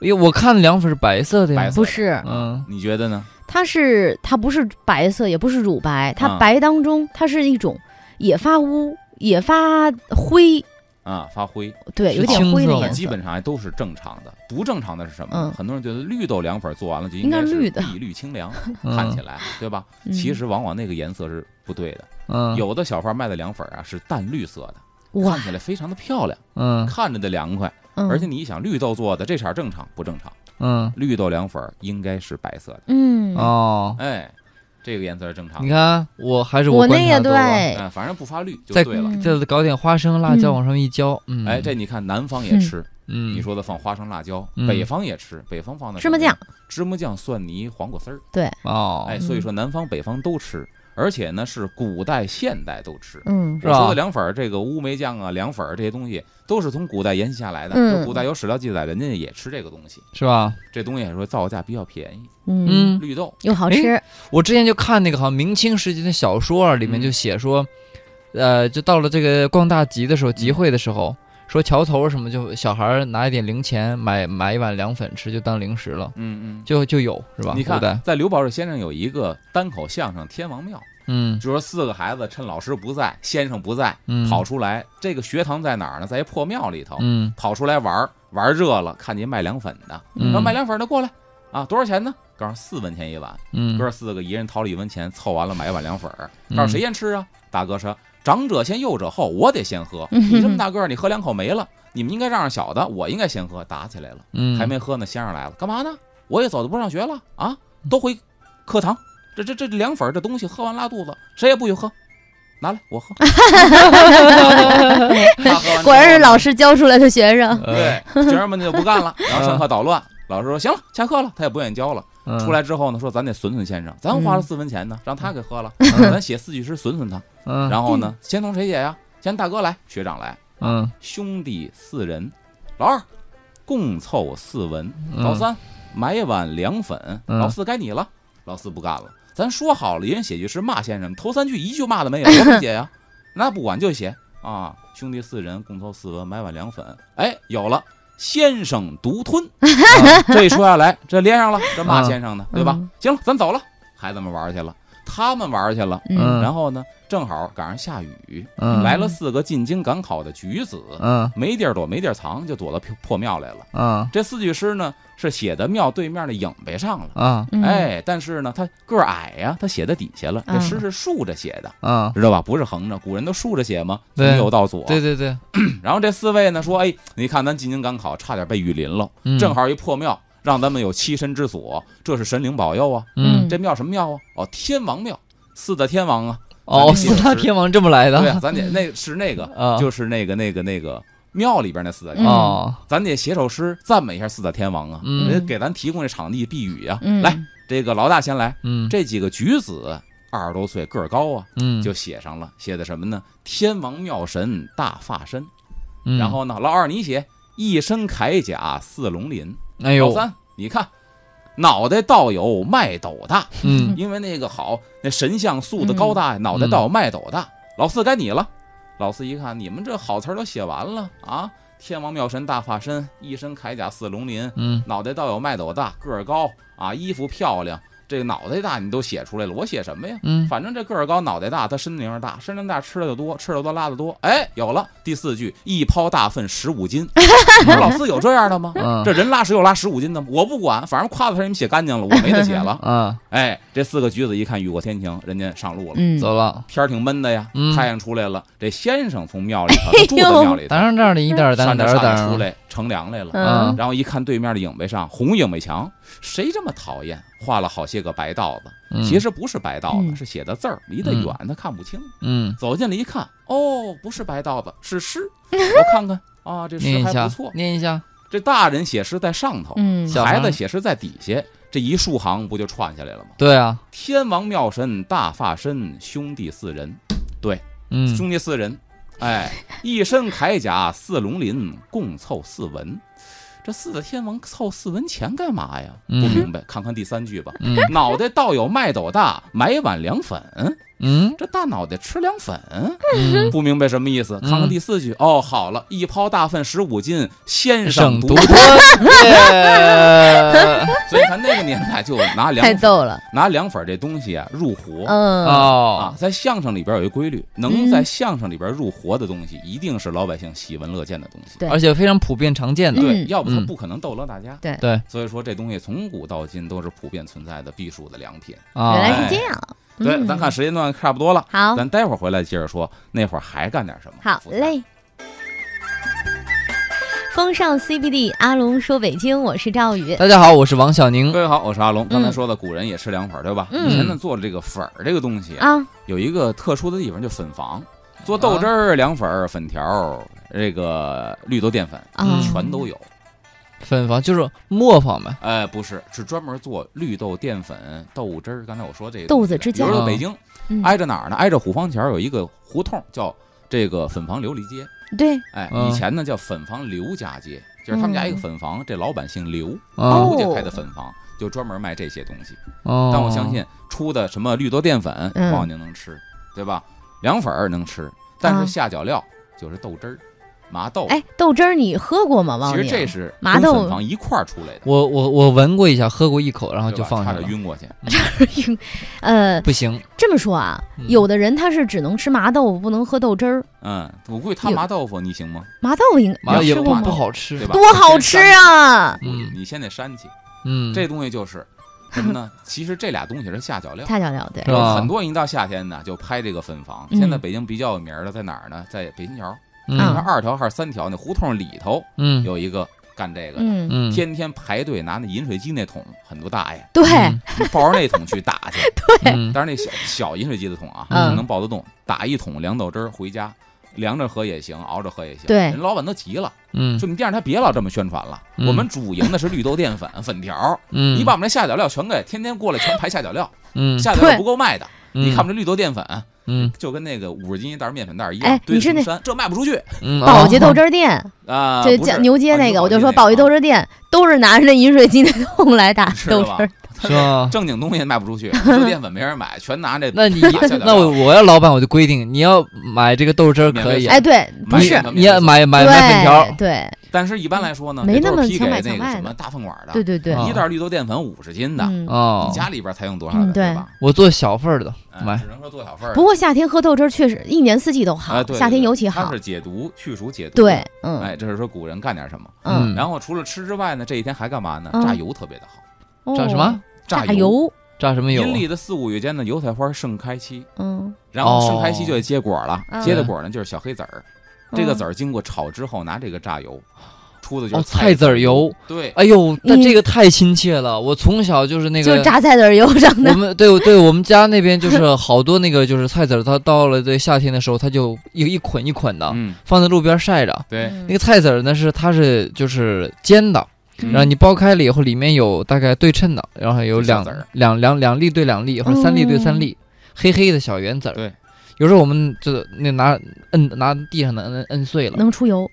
Speaker 2: 因为我看凉粉是白色的
Speaker 3: 白
Speaker 2: 呀。
Speaker 3: 色
Speaker 1: 不
Speaker 3: 的
Speaker 1: 是，
Speaker 2: 嗯，
Speaker 3: 你觉得呢？
Speaker 1: 它是它不是白色，也不是乳白，它
Speaker 3: 啊
Speaker 1: 白当中它是一种也发乌，也发灰，
Speaker 3: 啊，发灰，
Speaker 1: 对，
Speaker 2: 是
Speaker 1: 有点
Speaker 2: 青
Speaker 1: 灰的
Speaker 2: 色吗
Speaker 1: 颜
Speaker 3: 基
Speaker 1: 色，
Speaker 3: 本上还都是正常的。不正常的是什么呢？
Speaker 1: 哦嗯
Speaker 3: 很多人觉得绿豆凉粉做完了就
Speaker 1: 应该
Speaker 3: 该是
Speaker 1: 绿的
Speaker 3: 碧绿清凉，
Speaker 2: 嗯
Speaker 3: 看起来对吧？
Speaker 1: 嗯
Speaker 3: 其实往往那个颜色是不对的。
Speaker 2: 嗯
Speaker 3: 有的小贩卖的凉粉啊是淡绿色的，
Speaker 1: 哇
Speaker 3: 看，起来非常的漂亮，
Speaker 2: 嗯
Speaker 3: 看着的凉快。
Speaker 1: 嗯
Speaker 3: 而且你一想，绿豆做的这色儿正常不正常？
Speaker 2: 嗯
Speaker 3: 绿豆凉粉应该是白色的，
Speaker 1: 嗯
Speaker 2: 哦
Speaker 3: 哎。这个颜色是正常
Speaker 2: 你
Speaker 3: 的。
Speaker 2: 看，我还是
Speaker 1: 我
Speaker 2: 我
Speaker 1: 那也
Speaker 2: 观察多吧，
Speaker 1: 对，
Speaker 3: 嗯，反正不发绿就
Speaker 2: 在
Speaker 3: 对了。
Speaker 1: 嗯
Speaker 2: 再搞点花生、辣椒
Speaker 1: 嗯
Speaker 2: 往上一浇，嗯，
Speaker 3: 哎，这你看南方也吃，
Speaker 2: 嗯，
Speaker 3: 你说的放花生、辣椒，
Speaker 2: 嗯
Speaker 3: 北方也吃，北方放的
Speaker 1: 芝麻酱，
Speaker 3: 芝麻酱、蒜泥、黄瓜丝儿。
Speaker 2: 哦，
Speaker 3: 哎，
Speaker 1: 嗯
Speaker 3: 所以说南方、北方都吃，而且呢是古代、现代都吃。
Speaker 1: 嗯
Speaker 2: 是
Speaker 3: 我说
Speaker 2: 吧
Speaker 3: 的凉粉儿，这个乌梅酱啊、凉粉儿这些东西都是从古代沿袭下来的。
Speaker 1: 嗯
Speaker 3: 就古代有史料记载，人家也吃这个东西。
Speaker 2: 是吧？
Speaker 3: 这东西也说造价比较便宜，
Speaker 1: 嗯，
Speaker 2: 嗯，
Speaker 3: 绿豆
Speaker 1: 又好吃，
Speaker 2: 我之前就看那个好像明清时期的小说啊，里面
Speaker 3: 嗯
Speaker 2: 就写说，呃，就到了这个逛大集的时候，集会的时
Speaker 3: 嗯
Speaker 2: 候，说桥头什么就小孩儿拿一点零钱买买一碗凉粉吃，就当零食了，
Speaker 3: 嗯
Speaker 2: 就就有是吧？
Speaker 3: 你
Speaker 2: 古代
Speaker 3: 看，在刘宝瑞先生有一个单口相声《天王庙》，
Speaker 2: 嗯
Speaker 3: 就说四个孩子趁老师不在、先生不在
Speaker 2: 嗯，
Speaker 3: 跑出来。这个学堂在哪儿呢？在一破庙里头，
Speaker 2: 嗯
Speaker 3: 跑出来玩儿，玩儿热了，看见卖凉粉的，
Speaker 2: 嗯
Speaker 3: 说卖凉粉的过来啊，多少钱呢？告诉四文钱一碗。
Speaker 2: 嗯，
Speaker 3: 哥四个一人掏了一文钱，凑完了买一碗凉粉儿。
Speaker 2: 嗯
Speaker 3: 告诉谁先吃啊？大哥说：“长者先，幼者后，我得先喝。
Speaker 1: 嗯
Speaker 3: 你这么大个儿，你喝两口没了，你们应该让让小的，我应该先喝。”打起来了，
Speaker 2: 嗯
Speaker 3: 还没喝呢，先生来了，干嘛呢？我也走的不上学了啊，都回课堂。这这这凉粉儿这东西喝完拉肚子，谁也不许喝，拿来我
Speaker 1: [laughs]
Speaker 3: 喝。他喝完
Speaker 1: 果然是
Speaker 3: 之后
Speaker 1: 老师教出来的学生，
Speaker 2: 呃
Speaker 1: [laughs]
Speaker 3: 对，学生们就不干了，然后上课捣
Speaker 1: 嗯
Speaker 3: 乱。老师说：“行了，下课了。”他也不愿意教了。
Speaker 2: 嗯
Speaker 3: 出来之后呢，说咱得损损先生，咱花了四分钱呢，让他给喝了，咱写四句诗损损他。
Speaker 2: 嗯
Speaker 3: 然后呢，先从谁写呀？先大哥来，学长来，
Speaker 2: 嗯
Speaker 3: 兄弟四人，老二共凑四文，
Speaker 2: 嗯
Speaker 3: 老三买一碗凉粉，
Speaker 2: 嗯
Speaker 3: 老四该你了。老四不干了，咱说好了，一人写句诗骂先生，头三句一句骂都没有，我
Speaker 2: [laughs]
Speaker 3: 不写呀，那不管就写啊。兄弟四人共凑四文，买碗凉粉，哎，有了。先生独吞，
Speaker 1: [laughs]
Speaker 3: 啊这一说下来，这连上了，这骂
Speaker 2: 嗯
Speaker 3: 先生呢，对吧
Speaker 1: 嗯？
Speaker 3: 行了，咱走了，孩子们玩去了，他们玩去了，
Speaker 1: 嗯
Speaker 2: 嗯
Speaker 3: 然后呢，正好赶上下雨，
Speaker 2: 嗯
Speaker 3: 来了四个进京赶考的举子，
Speaker 2: 嗯
Speaker 3: 没地儿躲，没地儿藏，就躲到破破庙来了。
Speaker 2: 嗯
Speaker 3: 这四句诗呢，是写的庙对面的影壁上了。
Speaker 2: 啊
Speaker 1: 嗯，
Speaker 3: 哎，但是呢，他个儿矮呀、他写在底下了。这
Speaker 1: 嗯
Speaker 3: 诗是竖着写的，
Speaker 2: 啊，
Speaker 3: 知道吧？不是横着，古人都竖着写嘛，从
Speaker 2: 对
Speaker 3: 右到左。
Speaker 2: 对对对，
Speaker 3: 然后这四位呢说：“哎，你看咱进京赶考，差点被雨淋了，
Speaker 2: 嗯
Speaker 3: 正好一破庙，让咱们有栖身之所，这是神灵保佑啊！
Speaker 2: 嗯
Speaker 3: 这庙什么庙啊？哦，天王庙，四大天
Speaker 2: [laughs]
Speaker 3: 王啊！
Speaker 2: 哦，
Speaker 3: 咱这
Speaker 2: 四大天王这么来的
Speaker 3: 对啊，咱得那是那个，
Speaker 2: 啊
Speaker 3: 就是那个那个那个庙里边那四大天王，
Speaker 2: 哦
Speaker 3: 咱得写首诗赞美一下四大天王啊，
Speaker 2: 嗯
Speaker 3: 人家给咱提供这场地避雨呀、
Speaker 1: 嗯
Speaker 3: 来，这个老大先来，
Speaker 2: 嗯
Speaker 3: 这几个举子二十多岁，个儿高啊，
Speaker 2: 嗯
Speaker 3: 就写上了，写的什么呢？天王妙神大发身。
Speaker 2: 嗯
Speaker 3: 然后呢，老二你写一身铠甲似龙鳞。
Speaker 2: 哎
Speaker 3: 老
Speaker 2: 呦
Speaker 3: 三你看。脑袋倒有麦斗大，
Speaker 2: 嗯
Speaker 3: 因为那个好，那神像塑的高大呀，脑袋倒有麦斗大。
Speaker 2: 嗯
Speaker 3: 老四该你了，老四一看你们这好词儿都写完了啊，天王妙神大法身，一身铠甲似龙鳞，
Speaker 2: 嗯
Speaker 3: 脑袋倒有麦斗大，个儿高啊，衣服漂亮，这个脑袋大你都写出来了，我写什么呀？
Speaker 2: 嗯
Speaker 3: 反正这个儿高，脑袋大，他身龄大，身龄大吃的就多，吃的多拉的多。哎，有了第四句，一抛大粪十
Speaker 2: [laughs]
Speaker 3: 五斤。你说老四有这样的吗？
Speaker 2: 嗯
Speaker 3: 这人拉屎有拉十五斤的吗？我不管，反正夸的他你们写干净了，我没得写
Speaker 2: [laughs]
Speaker 3: 了。
Speaker 2: 啊
Speaker 3: 哎，这四个橘子一看雨过天晴，人家上路了。
Speaker 1: 嗯，
Speaker 2: 走了，
Speaker 3: 天儿挺闷的呀，
Speaker 2: 嗯哎
Speaker 3: 太阳出来了。这先生从庙里头，他住在庙里头
Speaker 2: 当，然这儿的一点儿
Speaker 3: 扇
Speaker 2: 单点
Speaker 3: 着扇
Speaker 2: 儿
Speaker 3: 着出
Speaker 2: 单，
Speaker 3: 来乘凉来了。
Speaker 1: 嗯
Speaker 3: 然后一看对面的影壁上红影壁墙，谁这么讨厌？画了好些个白道子，
Speaker 2: 嗯
Speaker 3: 其实不是白道子，
Speaker 1: 嗯
Speaker 3: 是写的字儿，离得远他看不清。
Speaker 2: 嗯，
Speaker 3: 走近了一看，哦，不是白道子，
Speaker 1: [laughs]
Speaker 3: 是诗。我看看啊，这诗
Speaker 2: 念一
Speaker 3: 还
Speaker 2: 下
Speaker 3: 不错，。
Speaker 2: 念一下，
Speaker 3: 这大人写诗在上头，
Speaker 1: 嗯
Speaker 2: 小
Speaker 3: 孩
Speaker 2: 孩
Speaker 3: 子
Speaker 2: 儿
Speaker 3: 写诗在底下，这一竖行不就串下来了吗？
Speaker 2: 对啊，
Speaker 3: 天王妙神大法身，兄弟四人，
Speaker 2: 嗯
Speaker 3: 兄弟四人，哎，一身铠甲似龙鳞，共凑四文。这四大天王凑四文钱干嘛呀？不
Speaker 2: 嗯
Speaker 3: 明白。看看第三句吧，
Speaker 2: 嗯
Speaker 3: 脑袋倒有麦斗大，买碗凉粉。
Speaker 2: 嗯
Speaker 3: 这大脑袋吃凉粉，
Speaker 2: 嗯，
Speaker 3: 不明白什么意思。看看
Speaker 2: 嗯
Speaker 3: 第四句，哦，好了，一抛大粪十五斤，先
Speaker 2: 省
Speaker 3: 生独
Speaker 2: 读
Speaker 3: 吞。 [laughs]
Speaker 2: 耶
Speaker 3: 所以咱那个年代就拿凉
Speaker 1: 太
Speaker 3: 粉
Speaker 1: 逗了，
Speaker 3: 拿凉粉这东西啊入活。
Speaker 1: 嗯，
Speaker 2: 哦
Speaker 3: 啊，，在相声里边有一规律，能在相声里边入活的东西，一定是老百姓喜闻乐见的东西。
Speaker 1: 对
Speaker 2: 而且非常普遍常见的，
Speaker 3: 对，
Speaker 1: 嗯
Speaker 3: 要不他
Speaker 2: 嗯
Speaker 3: 不可能逗乐大家。
Speaker 1: 对
Speaker 2: 对，
Speaker 3: 所以说这东西从古到今都是普遍存在的必属的良品。
Speaker 2: 啊，
Speaker 1: 原来是这样，
Speaker 3: 对，
Speaker 1: 嗯
Speaker 3: 咱看时间段差不多了，
Speaker 1: 好，
Speaker 3: 咱待会儿回来接着说，那会儿还干点什么？
Speaker 1: 好
Speaker 3: 复杂。
Speaker 1: 嘞。风尚 CBD，阿龙说北京，我是赵宇。
Speaker 2: 大家好，我是王小宁
Speaker 3: 各。位好，我是阿龙。刚才
Speaker 1: 嗯
Speaker 3: 说的古人也吃凉粉儿，对吧？
Speaker 1: 嗯
Speaker 3: 以前呢做这个粉儿这个东西，
Speaker 1: 啊，
Speaker 3: 有一个特殊的地方，就粉房，做豆汁儿、凉粉儿、粉条儿、这个绿豆淀粉，
Speaker 1: 啊
Speaker 3: 嗯全都有。
Speaker 2: 粉房就是磨坊呗，
Speaker 3: 哎，不是，是专门做绿豆淀粉、豆汁儿。刚才我说这个
Speaker 1: 豆子之
Speaker 3: 比
Speaker 1: 家
Speaker 3: 如说
Speaker 2: 啊
Speaker 3: 北京
Speaker 1: 嗯
Speaker 3: 挨着哪儿呢？挨着虎坊桥有一个胡同叫这个粉房琉璃街。
Speaker 1: 对，
Speaker 3: 哎，
Speaker 2: 嗯
Speaker 3: 以前呢叫粉房刘家街，就是他们家一个粉房，这老板姓刘，
Speaker 1: 哦
Speaker 2: 嗯，
Speaker 3: 刘家开的粉房，就专门卖这些东西。
Speaker 2: 哦
Speaker 3: 但我相，信出的什么绿豆淀粉，
Speaker 1: 嗯
Speaker 3: 王小宁能吃，对吧？凉粉儿能吃，但
Speaker 1: 啊
Speaker 3: 是下脚料就是豆汁儿、麻豆。
Speaker 1: 哎，豆汁儿你喝过吗？王
Speaker 3: 哦其
Speaker 1: 宁，
Speaker 3: 实这是
Speaker 1: 麻
Speaker 3: 跟
Speaker 1: 豆
Speaker 3: 粉房一块儿出来的，
Speaker 2: 我我我闻过一下，喝过一口，然后
Speaker 3: 对
Speaker 2: 就
Speaker 3: 吧
Speaker 2: 放下
Speaker 3: 差点
Speaker 2: 了，
Speaker 3: 晕过去。
Speaker 1: 呃，
Speaker 2: 不行，
Speaker 1: 这么说啊，
Speaker 2: 嗯
Speaker 1: 有的人他是只能吃麻豆腐，不能喝豆汁儿。
Speaker 3: 嗯，我估计他
Speaker 1: 有
Speaker 3: 麻豆腐你行吗？
Speaker 1: 麻豆腐应
Speaker 2: 麻
Speaker 1: 你
Speaker 2: 也
Speaker 1: 吃
Speaker 2: 不
Speaker 1: 过
Speaker 2: 不
Speaker 1: 吗？
Speaker 2: 好吃
Speaker 3: 对，吧？
Speaker 1: 多好
Speaker 3: 先
Speaker 1: 吃
Speaker 3: 扇
Speaker 1: 啊！
Speaker 3: 起！
Speaker 2: 嗯
Speaker 3: 你先得扇起，
Speaker 2: 嗯，
Speaker 3: 这东西就是什么呢？
Speaker 1: [laughs]
Speaker 3: 其实这俩东西是下脚料。
Speaker 1: 恰巧了，对
Speaker 2: 是，吧
Speaker 3: 很多人一到夏天呢，就拍这个粉房。
Speaker 1: 嗯
Speaker 3: 现在北京比较有名儿的在哪儿呢？在北新桥，那
Speaker 1: 啊
Speaker 2: 嗯
Speaker 3: 二条还是三条那胡同里头
Speaker 2: 嗯
Speaker 3: 有一个干这个的，
Speaker 1: 嗯，
Speaker 2: 嗯，
Speaker 3: 天天排队拿那饮水机那桶，很多大爷 [laughs]
Speaker 1: 对，
Speaker 3: 抱着那桶去打去。
Speaker 2: 嗯
Speaker 3: 当然那小小饮水机的桶啊，
Speaker 1: 嗯
Speaker 3: 能抱得动，打一桶凉豆汁儿回家，凉着喝也行，熬着喝也行。
Speaker 1: 对
Speaker 3: 人老板都急了，
Speaker 2: 嗯
Speaker 3: 说你电视台别老这么宣传了，
Speaker 2: 嗯
Speaker 3: 我们主营的是绿豆
Speaker 1: [laughs]
Speaker 3: 淀粉、粉条儿，
Speaker 2: 嗯，
Speaker 3: 你把我们这下脚料全给天天过来全排下脚料，
Speaker 2: 嗯，
Speaker 3: 下脚
Speaker 1: 对嗯
Speaker 3: 料不够卖的，你看我
Speaker 2: 不
Speaker 3: 们这绿豆淀粉。
Speaker 2: 嗯
Speaker 3: 就跟那个五十斤一袋面粉袋一
Speaker 1: 哎
Speaker 3: 样，堆
Speaker 1: 你
Speaker 3: 着
Speaker 1: 是那
Speaker 3: 成山，这卖不出去
Speaker 2: 嗯，
Speaker 1: 宝洁豆汁
Speaker 2: 儿，
Speaker 1: 儿店，
Speaker 3: 哦啊！
Speaker 1: 就
Speaker 3: 不
Speaker 1: 讲
Speaker 3: 是
Speaker 1: 牛街
Speaker 3: 啊
Speaker 1: 那
Speaker 3: 你
Speaker 1: 个，我就
Speaker 3: 宝
Speaker 1: 说
Speaker 3: 那个
Speaker 1: 宝洁豆汁儿店都是拿着那饮水机的桶来打
Speaker 3: 是
Speaker 1: 豆
Speaker 3: 的
Speaker 1: 汁
Speaker 3: 吧
Speaker 1: 儿，
Speaker 2: 是
Speaker 3: [laughs]
Speaker 2: 吧？
Speaker 3: 正经东西卖不出去，绿豆淀粉没人买，全拿这
Speaker 2: 那你
Speaker 3: 打下脚料
Speaker 2: 那我我要老板我就规定，你要买这个豆汁儿可以，
Speaker 3: 免
Speaker 1: 哎，对，不
Speaker 3: 买
Speaker 1: 是
Speaker 3: 那，个
Speaker 2: 你要买买买粉条
Speaker 1: 对，对
Speaker 3: 但是一般来说呢，
Speaker 1: 嗯没
Speaker 3: 这都
Speaker 1: 那么
Speaker 3: 是批
Speaker 1: 强
Speaker 3: 给
Speaker 1: 买
Speaker 3: 那
Speaker 1: 强
Speaker 3: 个
Speaker 1: 卖
Speaker 3: 什
Speaker 1: 的
Speaker 3: 么大饭馆的，
Speaker 1: 对对嗯对，
Speaker 2: 啊
Speaker 3: 一袋绿豆淀粉五十嗯斤的，
Speaker 1: 嗯。
Speaker 2: 哦
Speaker 3: 你，家里边才用多少
Speaker 1: 嗯
Speaker 3: 的，
Speaker 1: 对
Speaker 3: 吧？
Speaker 2: 我做小份儿的，
Speaker 3: 哎
Speaker 2: 买
Speaker 3: 只能说做小份儿。
Speaker 1: 不过夏天喝豆汁儿确实一年四季都好，
Speaker 3: 啊，对，
Speaker 1: 夏天
Speaker 3: 对
Speaker 1: 尤其
Speaker 3: 它
Speaker 1: 好
Speaker 3: 是。解毒、去暑、解毒。
Speaker 1: 对，，嗯，
Speaker 3: 哎，这是说古人干点什么。
Speaker 1: 嗯，
Speaker 2: 嗯
Speaker 3: 然后除了吃之外呢，这一天还干嘛呢？
Speaker 1: 嗯
Speaker 3: 榨油特别的好，
Speaker 1: 哦
Speaker 2: 炸什么？
Speaker 1: 榨
Speaker 2: 哎
Speaker 3: 油。
Speaker 1: 油，
Speaker 2: 榨什么油啊？
Speaker 3: 阴历的四五月间呢，油菜花盛开期，
Speaker 1: 嗯，
Speaker 3: 然后盛开期就得结果了
Speaker 1: 哦，嗯
Speaker 3: 结的果呢就是小黑籽儿，这个籽
Speaker 1: 儿，
Speaker 3: 儿经过炒之后，拿这个榨油，出的就
Speaker 2: 哦，
Speaker 3: 是
Speaker 2: 菜籽儿油。
Speaker 3: 对，
Speaker 2: 哎呦，那
Speaker 1: 你
Speaker 2: 这个太亲切了，我从小就是那
Speaker 1: 就是
Speaker 2: 个。
Speaker 1: 榨菜籽儿油上
Speaker 2: 我
Speaker 1: 的，
Speaker 2: 们对对，我们家那
Speaker 1: [laughs]
Speaker 2: 边就是好多那个就是菜籽儿，它到了这夏天的时候，它就一一捆一捆的
Speaker 3: 嗯，
Speaker 2: 放在路边晒着。
Speaker 3: 对，
Speaker 1: 嗯
Speaker 2: 那个菜籽儿呢是它是就是煎的，
Speaker 1: 嗯
Speaker 3: 嗯
Speaker 2: 然后你剥开了以后，里面有大概对称的，然后有
Speaker 3: 就小
Speaker 2: 两
Speaker 3: 籽儿
Speaker 2: 两两两粒对两粒，或者三粒对三粒，黑黑的小圆籽儿。
Speaker 3: 对，
Speaker 2: 有时候我们就那拿摁拿地上的摁摁摁碎了，
Speaker 1: 能出油，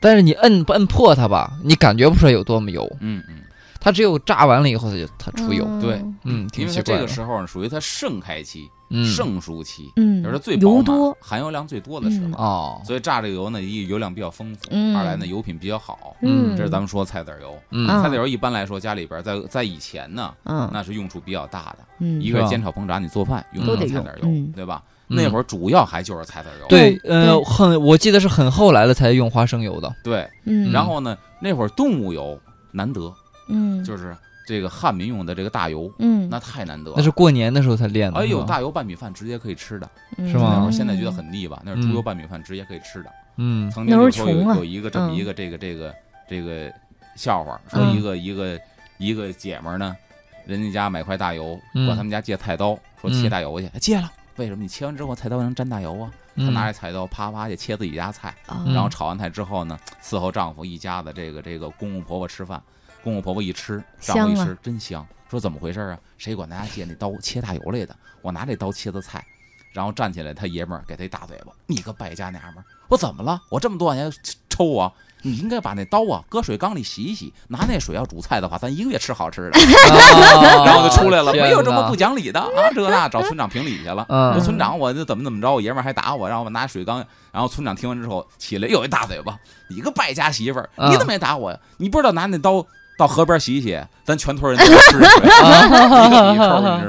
Speaker 2: 但是你摁不摁破它吧，你感觉不出来有多么油，
Speaker 3: 嗯嗯，
Speaker 2: 它只有炸完了以后它就它出油。
Speaker 1: 嗯
Speaker 3: 对，
Speaker 2: 嗯，
Speaker 3: 因
Speaker 2: 挺
Speaker 3: 为
Speaker 2: 奇
Speaker 3: 它
Speaker 2: 怪
Speaker 3: 这
Speaker 2: 的
Speaker 3: 个。时候呢，属于它盛开期、
Speaker 2: 嗯，
Speaker 3: 盛熟期，
Speaker 1: 嗯，
Speaker 3: 就是它最饱
Speaker 1: 油
Speaker 3: 满
Speaker 1: 多，
Speaker 3: 含油量最多的时候。
Speaker 2: 哦，
Speaker 3: 所以榨这个油呢，一油量比较丰富，
Speaker 1: 嗯
Speaker 3: 二来呢油品比较好。
Speaker 1: 嗯，
Speaker 3: 这是咱们说菜籽儿油。
Speaker 2: 嗯
Speaker 1: 啊
Speaker 3: 菜籽儿油一般来说，家里边儿在在以前呢，
Speaker 1: 嗯
Speaker 3: 那是用处比较大的。
Speaker 1: 嗯
Speaker 3: 一个
Speaker 2: 是
Speaker 3: 是
Speaker 2: 吧
Speaker 3: 煎炒烹炸，你做饭用
Speaker 2: 都
Speaker 3: 的
Speaker 2: 得
Speaker 3: 是菜籽儿
Speaker 1: 用嗯
Speaker 3: 油，对吧？那会
Speaker 2: 儿
Speaker 3: 儿主要还就是菜籽儿油。
Speaker 2: 对，
Speaker 1: 嗯
Speaker 2: 呃，很，我记得是很后来了才用花生油的。
Speaker 3: 对，
Speaker 1: 嗯，
Speaker 3: 然后呢，那会儿动物油难得，
Speaker 1: 嗯，
Speaker 3: 就是这个汉民用的这个大油，
Speaker 1: 嗯，
Speaker 3: 那太难得了。
Speaker 2: 那是过年的时候才炼的。
Speaker 3: 哎呦，
Speaker 2: 是吧
Speaker 3: 大油拌米饭直接可以吃的，
Speaker 1: 嗯
Speaker 2: 是吗
Speaker 3: 那
Speaker 2: 啊
Speaker 3: 会儿现在觉得很腻吧？那是猪油
Speaker 2: 嗯
Speaker 3: 拌米饭直接可以吃的。
Speaker 2: 嗯
Speaker 3: 曾经
Speaker 1: 那
Speaker 3: 就
Speaker 1: 时候
Speaker 3: 说有
Speaker 1: 穷啊
Speaker 3: 有一个这么
Speaker 1: 嗯
Speaker 3: 一个这个这个这个笑话，说
Speaker 2: 嗯
Speaker 3: 一个一个一个姐们儿呢，人家家买块大油，
Speaker 2: 嗯
Speaker 3: 管他们家借菜刀，说
Speaker 2: 嗯
Speaker 3: 切大油去，哎借了。为什么你切完之后菜刀能沾大油啊？她
Speaker 2: 嗯
Speaker 3: 拿着菜刀啪啪去切自己家菜，
Speaker 1: 嗯
Speaker 3: 然后炒完菜之后呢，伺候丈夫一家子这个这个公公婆婆吃饭，公公婆婆一吃，丈夫一
Speaker 1: 香啊
Speaker 3: 吃真香。说怎么回事啊？谁管大家借那刀切大油来的？我拿这刀切的菜。然后站起来，他爷们儿给他一大嘴巴：“你个败家娘们儿！我怎么了？我这么多年抽我，你应该把那刀啊搁水缸里洗一洗，拿那水要煮菜的话，咱一个月吃好吃
Speaker 1: [laughs]
Speaker 3: 的。” [laughs] 然
Speaker 2: 然
Speaker 3: 后就出
Speaker 1: 哦
Speaker 3: 来了，没有这么不
Speaker 2: 讲。
Speaker 3: 讲理的啊！这那找村长评理去
Speaker 1: [laughs]
Speaker 3: 了。
Speaker 2: 嗯
Speaker 3: 说村长，我就怎么怎么着，我爷们儿还打我，让我拿水缸。然后村长听完之后起来又一大嘴巴：“你个败家媳妇儿，
Speaker 2: 嗯
Speaker 3: 你怎么也打我呀？你不知道拿那刀到河边洗一洗，咱全村人都吃水，一个米扣，你知道吗？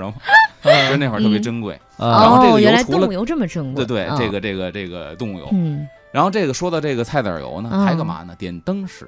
Speaker 3: 就是那会儿特别珍贵。
Speaker 2: 嗯
Speaker 3: 然后这个
Speaker 1: 哦，
Speaker 3: 油
Speaker 1: 原来
Speaker 3: 除
Speaker 1: 动
Speaker 3: 了
Speaker 1: 物油这么珍贵，
Speaker 3: 对对
Speaker 1: 啊，
Speaker 3: 这，个这个这个动物油。
Speaker 1: 嗯
Speaker 3: 然后这个说到这个菜籽儿油呢，
Speaker 1: 嗯
Speaker 3: 还干嘛呢？点灯饰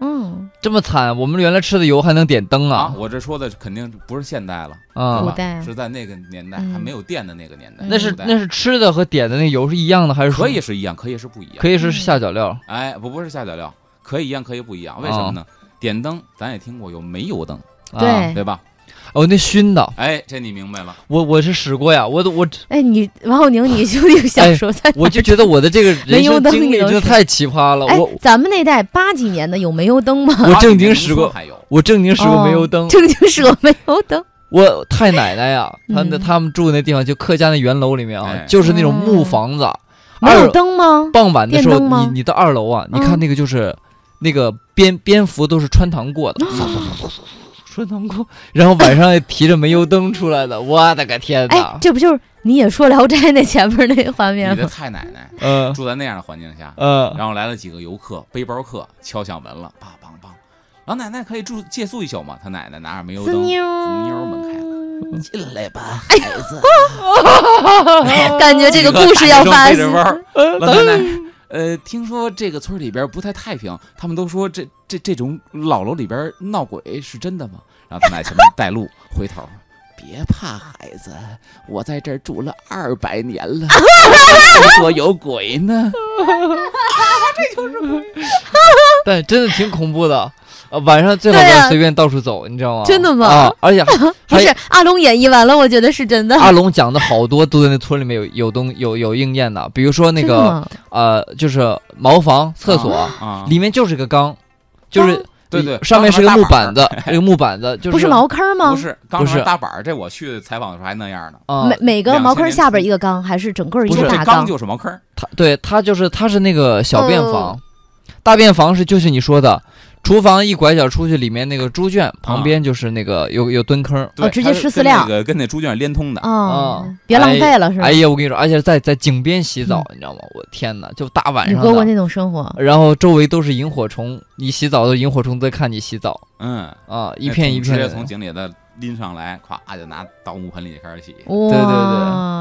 Speaker 1: 嗯，
Speaker 2: 这么惨，我们原来吃的油还能点灯
Speaker 3: 啊！
Speaker 2: 啊？
Speaker 3: 我这说的肯定不是现代了，
Speaker 1: 古
Speaker 3: 对
Speaker 2: 啊，嗯
Speaker 1: 代
Speaker 3: 吧？嗯
Speaker 1: 啊
Speaker 3: 是在那个年代
Speaker 1: 嗯
Speaker 3: 还没有电的那个年代。
Speaker 2: 那是
Speaker 3: 古代
Speaker 2: 那是吃的和点的那油是一样的还是说
Speaker 3: 可以是一样，可以是不一样。
Speaker 2: 可以是下脚料？
Speaker 3: 哎，不不是下脚料，可以一样，可以不一样，为什么呢？点灯咱也听过有煤油灯，
Speaker 1: 对
Speaker 3: 对吧？
Speaker 2: 啊哦，那熏的，
Speaker 3: 哎，这你明白了。
Speaker 2: 我我是使过呀，我都我
Speaker 1: 哎，你王浩宁，
Speaker 3: [laughs]
Speaker 1: 你究竟
Speaker 2: 哎
Speaker 1: 想说在哪儿？
Speaker 2: 我就觉得我的这个人
Speaker 1: 煤油
Speaker 2: 生
Speaker 1: 灯
Speaker 2: 经历
Speaker 1: 你都
Speaker 2: 真的
Speaker 1: 是
Speaker 2: 太奇葩了，
Speaker 1: 哎
Speaker 2: 我，
Speaker 1: 咱们那代八几年的有煤油灯
Speaker 2: [laughs]
Speaker 1: 吗？
Speaker 2: 我
Speaker 3: 八
Speaker 2: 正经
Speaker 3: 几年
Speaker 2: 使
Speaker 3: 农村
Speaker 2: 过，
Speaker 3: 还有
Speaker 2: 我正经使过煤油灯
Speaker 1: 哦， [laughs] 正经是有煤油
Speaker 3: [laughs]
Speaker 1: 灯。
Speaker 2: 我太奶奶呀，她那
Speaker 1: 嗯哦
Speaker 2: 他们住那地方就客家那原楼里面啊
Speaker 3: 哎，
Speaker 2: 就是那种木房子，
Speaker 1: 没
Speaker 2: 二
Speaker 1: 有灯吗？
Speaker 2: 傍晚的时候，
Speaker 1: 电灯吗
Speaker 2: 你你到二楼啊，你看
Speaker 1: 嗯
Speaker 2: 那个就是那个蝙蝙蝠都是穿堂过的，
Speaker 1: 啊
Speaker 2: [laughs] 穿堂过，然后晚上提着煤油灯出
Speaker 1: [laughs]
Speaker 2: 来的，我的个天
Speaker 1: 哎
Speaker 2: 哪，！
Speaker 1: 这不就是你也说《聊斋》 [laughs] 那前面那画面
Speaker 3: 你的
Speaker 1: 吗？
Speaker 3: 太奶奶
Speaker 2: 嗯
Speaker 3: 住在那样的环境
Speaker 2: [laughs]
Speaker 3: 下，
Speaker 1: [laughs]
Speaker 2: 嗯，
Speaker 3: 然后来了几个游客，背包客敲响门了，梆梆梆。老奶奶可以住借宿一宿吗？她奶奶拿着煤油
Speaker 1: 滋
Speaker 3: 灯，
Speaker 1: 妞
Speaker 3: 滋妞门开哎
Speaker 1: 了，
Speaker 3: 进来吧，孩子。
Speaker 1: [laughs] 感觉这个故事
Speaker 3: [laughs]
Speaker 1: 要发
Speaker 3: 几个大学生背着包
Speaker 1: 生。
Speaker 2: 嗯
Speaker 3: 老奶奶，呃，听说这个村儿里边不太太平，他们都说这这这种老楼里边闹鬼是真的吗？然后他奶奶前面带路，回头，别怕孩子，我在这儿住了二百
Speaker 1: [laughs]
Speaker 3: 年了，谁说有鬼呢？
Speaker 2: 但真的挺恐怖的。呃，晚上最好不
Speaker 1: 对
Speaker 2: 要
Speaker 1: 啊
Speaker 2: 随便到处走，你知道吗？
Speaker 1: 真的吗
Speaker 2: 啊，而
Speaker 1: [laughs]
Speaker 2: 且
Speaker 1: 不
Speaker 2: 还
Speaker 1: 是阿龙演绎完了，我觉得是真的。
Speaker 2: 阿龙讲的好多都在那村里面有有东有有应验的，比如说那
Speaker 1: 真的
Speaker 2: 个
Speaker 1: 吗
Speaker 2: 呃，就是茅房、厕所
Speaker 3: 啊，
Speaker 2: 里面就是个缸，就是
Speaker 3: 对啊对
Speaker 2: 上面是个
Speaker 3: 缸
Speaker 2: 木
Speaker 3: 上面
Speaker 2: 板子， [laughs] 这个木板子就是
Speaker 1: 啊不是茅坑吗
Speaker 3: 不？是，刚
Speaker 2: 不是
Speaker 3: 才大板儿，这我去采访的时候还那样呢。
Speaker 2: 啊
Speaker 1: 每，每个
Speaker 3: 两千
Speaker 1: 茅坑
Speaker 3: 年
Speaker 1: 下边
Speaker 3: 初
Speaker 1: 一个缸，还是整个一
Speaker 3: 不是，
Speaker 1: 个大
Speaker 3: 这缸就是茅坑
Speaker 1: 哦
Speaker 3: 儿，
Speaker 2: 它对它就是它是那个小便房，大便房是就是你说的。厨房一拐角出去，里面那个猪圈旁边就是那个有有蹲坑，
Speaker 3: 对，
Speaker 1: 直接
Speaker 3: 它是
Speaker 1: 吃饲
Speaker 3: 跟那
Speaker 1: 料
Speaker 3: 个跟那猪圈连通的。
Speaker 1: 啊
Speaker 2: 嗯！
Speaker 1: 别浪
Speaker 2: 哎
Speaker 1: 费了，是吧
Speaker 2: 哎？呀，我跟你说，而且在在井边洗澡，你知道吗？我天哪，就大晚
Speaker 1: 你
Speaker 2: 上
Speaker 3: 哎
Speaker 1: 过过
Speaker 2: 的，
Speaker 1: 那种生活？
Speaker 2: 然后周围都是萤火虫，你洗澡的萤火虫在看你洗澡
Speaker 3: 嗯，
Speaker 2: 啊，一片一片
Speaker 3: 直接
Speaker 2: 的。
Speaker 3: 从井里的拎上来，咵就拿倒木盆里就开始洗。
Speaker 1: 哇，
Speaker 2: 对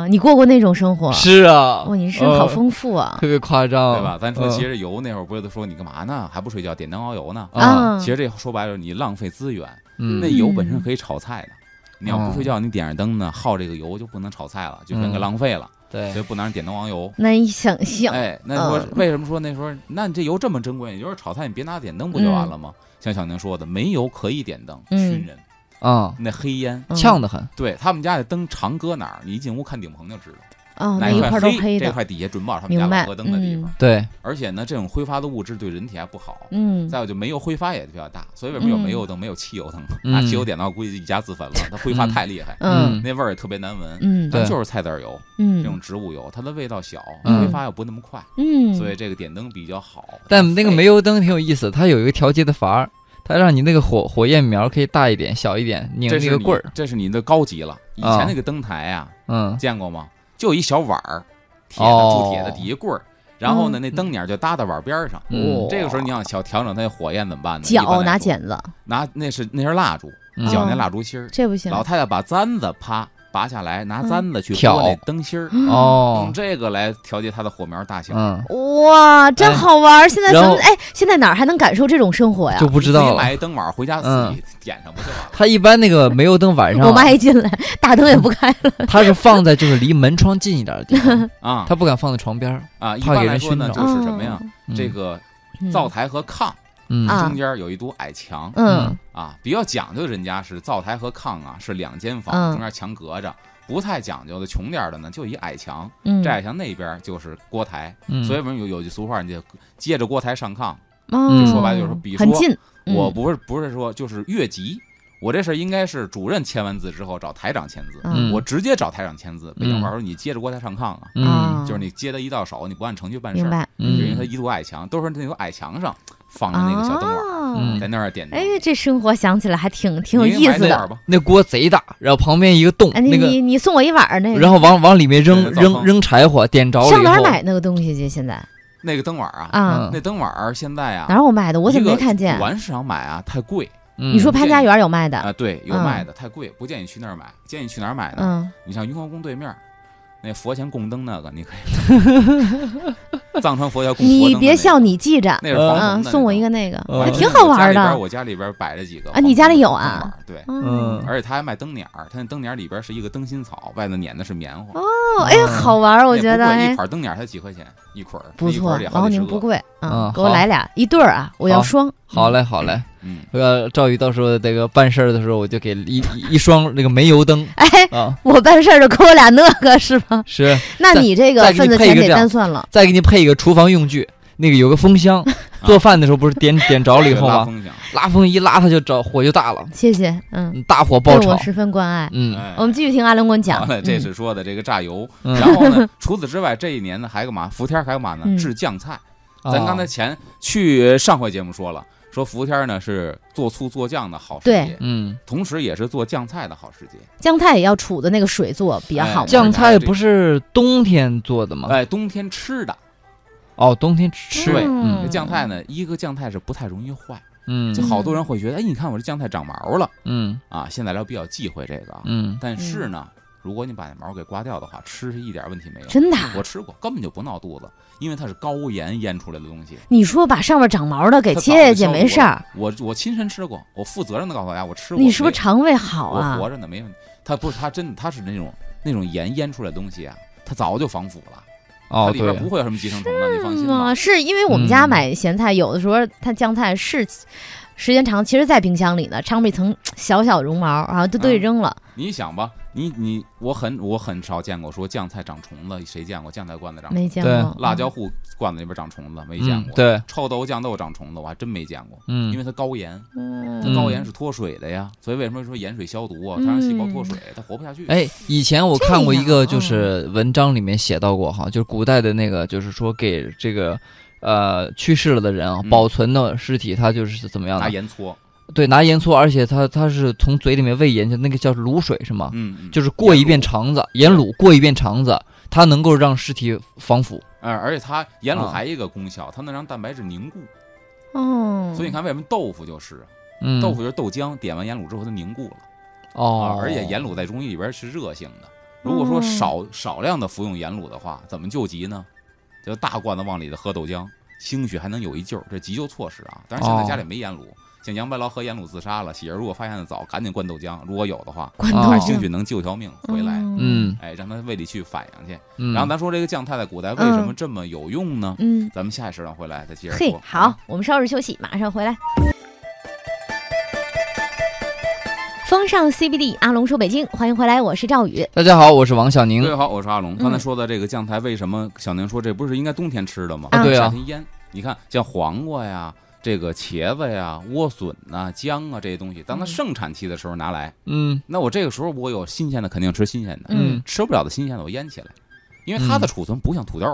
Speaker 1: 你过过那种生活？
Speaker 2: 是啊，
Speaker 1: 哇，你人生好
Speaker 2: 呃
Speaker 1: 丰富啊！
Speaker 2: 特别夸张，
Speaker 3: 对吧？咱说
Speaker 2: 嗯
Speaker 3: 节着油那会儿，不是都说你干嘛呢？还不睡觉，点灯熬油呢？
Speaker 2: 啊
Speaker 1: 啊，
Speaker 3: 其实这说白了，你浪费资源。
Speaker 2: 嗯，
Speaker 3: 那油本身可以炒菜的，
Speaker 1: 嗯
Speaker 3: 你要
Speaker 2: 哦
Speaker 3: 不睡觉，你点上灯呢，耗这个油就不能炒菜了，就算个
Speaker 2: 嗯
Speaker 3: 浪费了，所
Speaker 2: 对
Speaker 3: 以不能让点灯熬油。
Speaker 1: 难以想象。
Speaker 3: 哎，那说
Speaker 1: 嗯
Speaker 3: 为什么说那时候？那你这油这么珍贵，你就是炒菜，你别拿点灯不就完了吗？像小宁说的，没油可以点灯，熏
Speaker 1: 嗯
Speaker 3: 人，
Speaker 2: 啊，
Speaker 3: 那黑烟。
Speaker 1: 嗯
Speaker 2: 呛得很，
Speaker 3: 对他们家的灯常搁哪儿，你一进屋看顶棚就知道，
Speaker 1: 哦，
Speaker 3: 哪
Speaker 1: 那一
Speaker 3: 块
Speaker 1: 块都
Speaker 3: 黑，
Speaker 1: 黑
Speaker 3: 这
Speaker 1: 的，
Speaker 3: 块底下准保是他们
Speaker 1: 明
Speaker 3: 家老
Speaker 1: 白？
Speaker 3: 河灯的地
Speaker 1: 嗯
Speaker 3: 方。
Speaker 2: 对，
Speaker 3: 而且呢，这种挥发的物质对人体还不好。
Speaker 1: 嗯
Speaker 3: 再有就煤油挥发也比较大，所以为什么有煤油灯没有汽油灯？ [laughs] 拿
Speaker 2: 嗯
Speaker 3: 汽油点到估计一家自焚了，它挥发太厉害，
Speaker 1: 嗯
Speaker 3: 那味儿也特别难闻。
Speaker 1: 嗯
Speaker 2: 对
Speaker 3: 但就是菜籽油这种
Speaker 1: 嗯
Speaker 3: 植物油，它的味道小，
Speaker 2: 嗯
Speaker 3: 挥发又不那么快，
Speaker 1: 嗯，
Speaker 3: 所以这个点灯比较好。哎
Speaker 2: 但那个煤油灯挺有意思，它有一个调节的阀儿，它让你那个火火焰苗可以大一点、小一点，拧
Speaker 3: 这
Speaker 2: 那
Speaker 3: 是
Speaker 2: 个
Speaker 3: 你
Speaker 2: 棍儿，，
Speaker 3: 这是你的高级了。以前那个灯台啊，
Speaker 2: 嗯，
Speaker 3: 见过吗？就一小碗儿，铁的
Speaker 2: 哦
Speaker 3: 铸铁的底下棍儿，然后呢，那灯鸟就搭在碗边儿上。
Speaker 2: 嗯
Speaker 1: 哇
Speaker 3: 这个时候你想想调整它的火焰怎么办呢？一般
Speaker 1: 脚
Speaker 3: 来
Speaker 1: 拿
Speaker 3: 说，
Speaker 1: 剪子，
Speaker 3: 拿那是那是蜡烛，
Speaker 2: 嗯
Speaker 3: 绞那
Speaker 1: 哦
Speaker 3: 蜡烛芯儿。
Speaker 1: 这不行。
Speaker 3: 老太太把簪子啪拔下来，
Speaker 1: 嗯
Speaker 3: 拿簪子去
Speaker 2: 挑
Speaker 3: 拨那灯芯儿，用
Speaker 2: 哦，
Speaker 3: 这个来调节它的火苗大小。
Speaker 2: 嗯，
Speaker 1: 哇，真
Speaker 2: 哎
Speaker 1: 好玩儿！现在咱
Speaker 2: 然后
Speaker 1: 们哎，现在哪儿还能感受这种生活呀
Speaker 2: 就？不知
Speaker 3: 你
Speaker 2: 道嗯
Speaker 3: 自己
Speaker 2: 了。
Speaker 3: 买一灯碗回家自己点上不就完了？
Speaker 2: 它一般那个煤油灯晚上
Speaker 1: 我妈
Speaker 2: 啊，
Speaker 1: 一进来， [laughs] 大灯也不开了。
Speaker 2: 它是放在就是离门窗近一点的地方，
Speaker 3: 啊
Speaker 2: 它不敢放在床边儿。
Speaker 3: 啊！一
Speaker 2: 怕
Speaker 3: 般
Speaker 2: 给
Speaker 3: 来
Speaker 2: 人
Speaker 3: 说呢，
Speaker 2: 熏
Speaker 3: 就
Speaker 2: 着
Speaker 3: 是什么呀？
Speaker 2: 嗯
Speaker 3: 这个
Speaker 1: 哦嗯
Speaker 3: 灶台和炕
Speaker 2: 嗯
Speaker 1: 啊
Speaker 3: 中间有一堵矮墙
Speaker 1: 嗯
Speaker 3: 啊，比较讲究的人家是灶台和炕啊是两间房，
Speaker 1: 嗯
Speaker 3: 中间墙隔着。不太讲究的穷点儿的呢，就一矮墙，
Speaker 1: 嗯，
Speaker 3: 这矮墙那边就是锅台，
Speaker 2: 嗯，
Speaker 3: 所以我们有有句俗话，你就接着锅台上炕，
Speaker 1: 哦
Speaker 2: 就说
Speaker 3: 白了就是比
Speaker 1: 很
Speaker 3: 说
Speaker 1: 近。
Speaker 3: 我
Speaker 1: 嗯
Speaker 3: 不是不是说就是越级，我这事儿应该是主任签完字之后找台长签字，
Speaker 1: 嗯
Speaker 3: 我直接找台长签字。北京话
Speaker 2: 嗯
Speaker 3: 说你接着锅台上炕啊，
Speaker 2: 嗯
Speaker 1: 啊
Speaker 3: [laughs] 就是你接他一到手，你不按程序办事
Speaker 1: 明
Speaker 3: 儿，
Speaker 1: 白
Speaker 2: 嗯
Speaker 3: 就因为他一堵矮墙，都是那种矮墙上放着那个小灯管，
Speaker 1: 啊
Speaker 2: 嗯
Speaker 3: 在那儿点灯。
Speaker 1: 哎，这生活想起来还挺挺有
Speaker 3: 你
Speaker 1: 意
Speaker 3: 买
Speaker 1: 思
Speaker 3: 那
Speaker 1: 的。
Speaker 3: 碗吧，
Speaker 2: 那锅贼大，然后旁边一个洞，
Speaker 1: 哎，你
Speaker 2: 那个
Speaker 1: 你你送我一碗儿那
Speaker 2: 然
Speaker 1: 个，
Speaker 2: 后往往里面
Speaker 3: 对
Speaker 2: 扔
Speaker 3: 灶
Speaker 2: 扔
Speaker 3: 坑
Speaker 2: 扔柴火，点着了以后，
Speaker 1: 上哪儿买那个东西去？现在
Speaker 3: 那个灯碗啊，
Speaker 1: 啊，
Speaker 2: 嗯
Speaker 3: 那灯碗儿现在
Speaker 1: 哪
Speaker 3: 啊，
Speaker 1: 儿我买的？我怎么
Speaker 3: 一
Speaker 1: 没
Speaker 3: 个
Speaker 1: 看见
Speaker 3: 古？玩市场买啊太贵
Speaker 2: 嗯？
Speaker 1: 你说
Speaker 3: 不
Speaker 1: 潘
Speaker 3: 建
Speaker 1: 家
Speaker 3: 议
Speaker 1: 园有卖
Speaker 3: 啊，
Speaker 1: 的？
Speaker 3: 对，有
Speaker 1: 嗯
Speaker 3: 卖的，太贵，不建议去那儿买，建议去哪儿买呢？
Speaker 1: 嗯，
Speaker 3: 你像雍和宫对面儿那佛前供灯那个，你可以 [laughs] 藏传佛教供佛哎灯的那
Speaker 1: 你
Speaker 3: 个。
Speaker 1: 别笑，你记着，
Speaker 3: 那是黄铜的
Speaker 1: 嗯，
Speaker 3: 那
Speaker 1: 送我
Speaker 3: 种
Speaker 1: 一个那个，
Speaker 2: 嗯
Speaker 1: 还挺好玩
Speaker 3: 我家里边
Speaker 1: 的。
Speaker 3: 我家里边摆着几个
Speaker 1: 啊你家里有啊
Speaker 3: 灯管儿？对，
Speaker 2: 嗯
Speaker 3: 而且他还卖灯鸟儿，他那灯鸟儿里边是一个灯芯草，外头捻的是棉花。
Speaker 1: 哦，哎，好玩儿，我觉得
Speaker 3: 嗯那不贵一
Speaker 1: 哎
Speaker 3: 捆儿灯鸟儿才几块钱一捆儿，
Speaker 1: 不
Speaker 3: 那一捆
Speaker 1: 错
Speaker 3: 儿得，好
Speaker 1: 王
Speaker 3: 几十
Speaker 1: 宁
Speaker 3: 个
Speaker 1: 不贵，啊
Speaker 2: 嗯，
Speaker 1: 给我
Speaker 2: 好
Speaker 1: 来俩一对儿啊，我要
Speaker 2: 好
Speaker 1: 双。
Speaker 2: 好嘞，好嘞，
Speaker 3: 嗯，
Speaker 2: 呃，赵宇到时候这个办事儿的时候，我就给一一一双那个煤油灯
Speaker 1: 哎，
Speaker 2: 啊，
Speaker 1: 我办事儿就给我俩那个是吗？
Speaker 2: 是
Speaker 1: 那
Speaker 2: 再
Speaker 1: 你这个
Speaker 2: 再给
Speaker 1: 份
Speaker 2: 你
Speaker 1: 子
Speaker 2: 配一
Speaker 1: 钱
Speaker 2: 个
Speaker 1: 得
Speaker 2: 这样
Speaker 1: 单算了。
Speaker 2: 再给你配一个厨房用具，那个有个风箱，做饭的时候不是 [laughs] 点点着了以后啊
Speaker 3: 拉
Speaker 2: 吗？
Speaker 3: 风向，
Speaker 2: 啊拉风一拉它就着火就大了，
Speaker 1: 谢谢，嗯，
Speaker 2: 嗯大火爆
Speaker 1: 对我
Speaker 2: 炒，
Speaker 1: 十分关爱。
Speaker 2: 嗯
Speaker 3: 哎
Speaker 1: 我们继续听阿伦给我讲
Speaker 3: 完了，，这
Speaker 1: 哦嗯
Speaker 3: 是说的这个榨油。
Speaker 2: 嗯，
Speaker 3: 然后呢，除此之外，这一年呢还干嘛？伏天儿还干嘛呢
Speaker 1: 嗯？
Speaker 3: 制酱菜。
Speaker 2: 啊
Speaker 3: 咱刚才前去上回节目说了，说伏天儿呢是做醋做酱的好时
Speaker 1: 对
Speaker 3: 节，
Speaker 2: 嗯，
Speaker 3: 同时也是做酱菜的好时节。
Speaker 1: 酱菜也要杵的那个水做比较好嘛。
Speaker 2: 酱菜不是冬天做
Speaker 1: 嗯
Speaker 2: 的吗？
Speaker 3: 哎，冬天吃的
Speaker 2: 哦，冬天吃
Speaker 3: 对
Speaker 2: 嗯
Speaker 3: 这酱菜呢，一个酱菜是不太容易坏，
Speaker 2: 嗯
Speaker 3: 就好多人会觉得，哎，你看我这酱菜长毛了
Speaker 2: 嗯
Speaker 3: 啊。现在聊比较忌讳这个啊，
Speaker 2: 嗯
Speaker 3: 但是呢，如果你把那毛给刮掉的话，吃是一点问题没有。
Speaker 1: 真的啊。
Speaker 3: 我吃过，根本就不闹肚子，因为它是高盐腌出来的东西。
Speaker 1: 你说把上面长毛的给
Speaker 3: 它
Speaker 1: 切
Speaker 3: 早
Speaker 1: 下
Speaker 3: 就
Speaker 1: 去
Speaker 3: 消
Speaker 1: 没
Speaker 3: 毒
Speaker 1: 事儿，
Speaker 3: 我我亲身吃过，我负责任的告诉大家，我吃过。
Speaker 1: 你是不是
Speaker 3: 没
Speaker 1: 肠胃好啊
Speaker 3: 我？活着呢，没问题。它不是它真的，它是那种那种盐腌出来的东西啊，它早就防腐了，它
Speaker 2: 哦
Speaker 3: 里边
Speaker 2: 对，
Speaker 3: 不会有什么寄生虫的，你放心吧
Speaker 1: 嗯，。是因为我们家
Speaker 2: 嗯
Speaker 1: 买咸菜，有的时候它酱菜是时间长，其实在冰箱里呢，上面一层小小绒毛，然后就都给
Speaker 3: 嗯
Speaker 1: 扔了。
Speaker 3: 你想吧，你你我很我很少见过说酱菜长虫子，谁见过酱菜罐子长虫
Speaker 1: 没见
Speaker 2: 对
Speaker 1: 过
Speaker 3: 子？辣椒糊罐子里边长虫子没见
Speaker 2: 嗯
Speaker 3: 过，
Speaker 2: 对，
Speaker 3: 臭豆酱豆长虫子我还真没见过，因
Speaker 2: 嗯
Speaker 3: 为它高盐，
Speaker 1: 嗯，
Speaker 3: 它
Speaker 1: 嗯，
Speaker 3: 高盐是脱水的呀，所以为什么说盐水消毒啊？它让细胞
Speaker 1: 嗯
Speaker 3: 脱水，它活不下去。
Speaker 2: 哎，以前我
Speaker 1: 这
Speaker 2: 看过一
Speaker 1: 样
Speaker 2: 个
Speaker 1: 啊嗯
Speaker 2: 就是文章里面写到过哈，就是古代的那个就是说给这个。呃，去世了的人啊，
Speaker 3: 嗯
Speaker 2: 保存的尸体，它就是怎么样
Speaker 3: 拿
Speaker 2: 的？
Speaker 3: 盐搓，
Speaker 2: 对，拿盐搓，而且它它是从嘴里面喂盐，就那个叫卤水是吗？
Speaker 3: 嗯，嗯
Speaker 2: 就是过一遍肠子，盐卤过一遍肠子，它能够让尸体防腐。
Speaker 3: 呃，而且它盐卤
Speaker 2: 啊
Speaker 3: 还有一个功效，它能让蛋白质凝固。
Speaker 1: 哦，
Speaker 3: 所以你看，为什么豆腐就是
Speaker 2: 嗯，
Speaker 3: 豆腐就是豆浆，点完盐卤之后它凝固了
Speaker 2: 哦
Speaker 3: 啊，，而且盐卤在中医里边是热性的。如果
Speaker 1: 哦
Speaker 3: 说少少量的服用盐卤的话，怎么救急呢？就大罐子往里头喝豆浆，兴许还能有一救，这急救措施啊。当然现在
Speaker 2: 哦
Speaker 3: 家里没盐卤，像杨白劳喝盐卤自杀了，喜儿如果发现的早，赶紧灌豆浆，如果有的话，
Speaker 1: 关
Speaker 2: 哦
Speaker 1: 豆
Speaker 3: 还
Speaker 1: 浆
Speaker 3: 啊兴许能救条命回来。，
Speaker 2: 嗯
Speaker 3: 哎，让他胃里去反应去。
Speaker 2: 嗯，
Speaker 3: 然后咱说这个酱菜在古代为什么这么有用呢？
Speaker 1: 嗯，
Speaker 3: 咱们下一时段回来再接着
Speaker 1: 嘿
Speaker 3: 说。，嗯
Speaker 1: 好，我们稍事休息，马上回来。风尚 CBD，阿龙说北京，欢迎回来，我是赵宇。
Speaker 2: 大家好，我是王小
Speaker 3: 各
Speaker 2: 宁。
Speaker 3: 位好，我是阿龙。刚才
Speaker 1: 嗯
Speaker 3: 说的这个酱菜，为什么小宁说这不是应该冬天吃的吗？
Speaker 1: 啊
Speaker 2: 对
Speaker 3: 夏
Speaker 2: 啊，
Speaker 3: 天腌。你看，像黄瓜呀、这个茄子呀、莴笋呐、姜啊这些东西，当它
Speaker 1: 嗯
Speaker 3: 盛产期的时候拿来，
Speaker 2: 嗯
Speaker 3: 那我这个时候我有新鲜的，肯定吃新鲜的；
Speaker 1: 嗯
Speaker 2: 嗯
Speaker 3: 吃不了的新鲜的，我腌起来。因为它的储存不像土豆，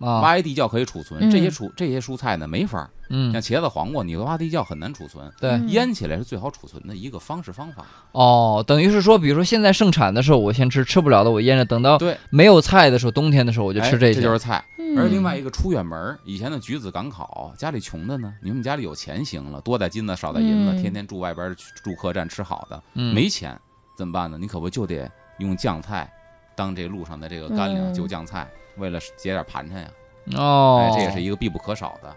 Speaker 2: 啊，
Speaker 3: 挖一地窖可以储存，
Speaker 1: 嗯
Speaker 3: 这些储这些蔬菜呢没法儿，
Speaker 2: 嗯
Speaker 3: 像，茄子、黄瓜，你挖地窖很难储存，
Speaker 2: 对，
Speaker 1: 嗯
Speaker 3: 腌起来是最好储存的一个方式方法。
Speaker 2: 哦，等于是说，比如说现在盛产的时候，我先吃，吃不了的我腌着，等到
Speaker 3: 对
Speaker 2: 没有菜的时候，冬天的时候我就
Speaker 3: 哎
Speaker 2: 吃这些。
Speaker 3: 这就是菜。而
Speaker 1: 嗯
Speaker 3: 另外一个出远门儿，以前的举子赶考，家里穷的呢，你们家里有钱行了，多带金子少带银子，
Speaker 1: 嗯
Speaker 3: 天天住外边儿去住客栈吃好的，
Speaker 2: 嗯
Speaker 3: 没钱怎么办呢？你可不就得用酱菜当这路上的这个干粮，
Speaker 1: 嗯
Speaker 3: 就酱菜，为了节点盘缠呀，
Speaker 2: 哦
Speaker 3: 哎，，这也是一个必不可少的。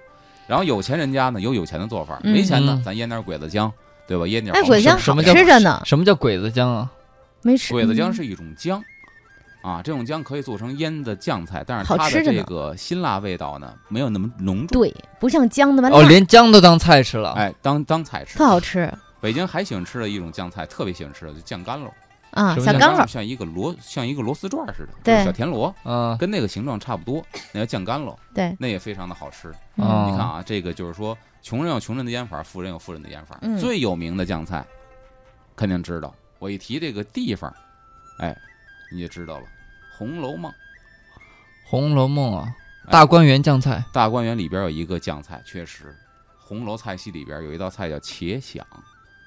Speaker 3: 然后有钱人家呢有有钱的做法，
Speaker 1: 嗯
Speaker 3: 没钱呢
Speaker 2: 嗯
Speaker 3: 咱腌点鬼子姜，对吧？腌点
Speaker 1: 哎，
Speaker 3: 黄
Speaker 1: 鬼子
Speaker 3: 芪
Speaker 1: 姜
Speaker 2: 什
Speaker 1: 好
Speaker 2: 么叫
Speaker 1: 吃着呢，
Speaker 2: 什么叫鬼子姜啊？
Speaker 1: 没吃。
Speaker 3: 鬼子姜是一种姜，啊，这种姜可以做成腌的酱菜，但是
Speaker 1: 好
Speaker 3: 它
Speaker 1: 吃
Speaker 3: 的
Speaker 1: 着
Speaker 3: 这
Speaker 1: 呢
Speaker 3: 个辛辣味道呢没有那么浓重。
Speaker 1: 对，不像姜那么
Speaker 2: 哦，
Speaker 1: 辣，
Speaker 2: 连姜都当菜吃了。
Speaker 3: 哎，当当菜吃
Speaker 1: 啊特。好吃
Speaker 3: 北京还喜欢吃的一种酱菜，特别喜欢吃的就酱干喽，
Speaker 1: 啊，
Speaker 2: 什么
Speaker 1: 小
Speaker 2: 叫
Speaker 1: 干肉，
Speaker 3: 像一个螺像一个螺丝转似的，就是
Speaker 1: 对
Speaker 3: 小田螺，
Speaker 2: 嗯
Speaker 3: 跟那个形状差不多，那叫酱干喽，
Speaker 1: 对，
Speaker 3: 那也非常的好吃。
Speaker 1: 嗯
Speaker 2: 哦
Speaker 3: 你看啊，这个就是说，穷人有穷人的腌法，富人有富人的腌法。
Speaker 1: 嗯
Speaker 3: 最有名的酱菜，肯定知道。我一提这个地方，哎，你就知道了，《红楼梦》。
Speaker 2: 红楼梦》啊，
Speaker 3: 哎
Speaker 2: 大观园酱菜。
Speaker 3: 大观园里边有一个酱菜，确实，红楼菜系里边有一道菜叫茄想。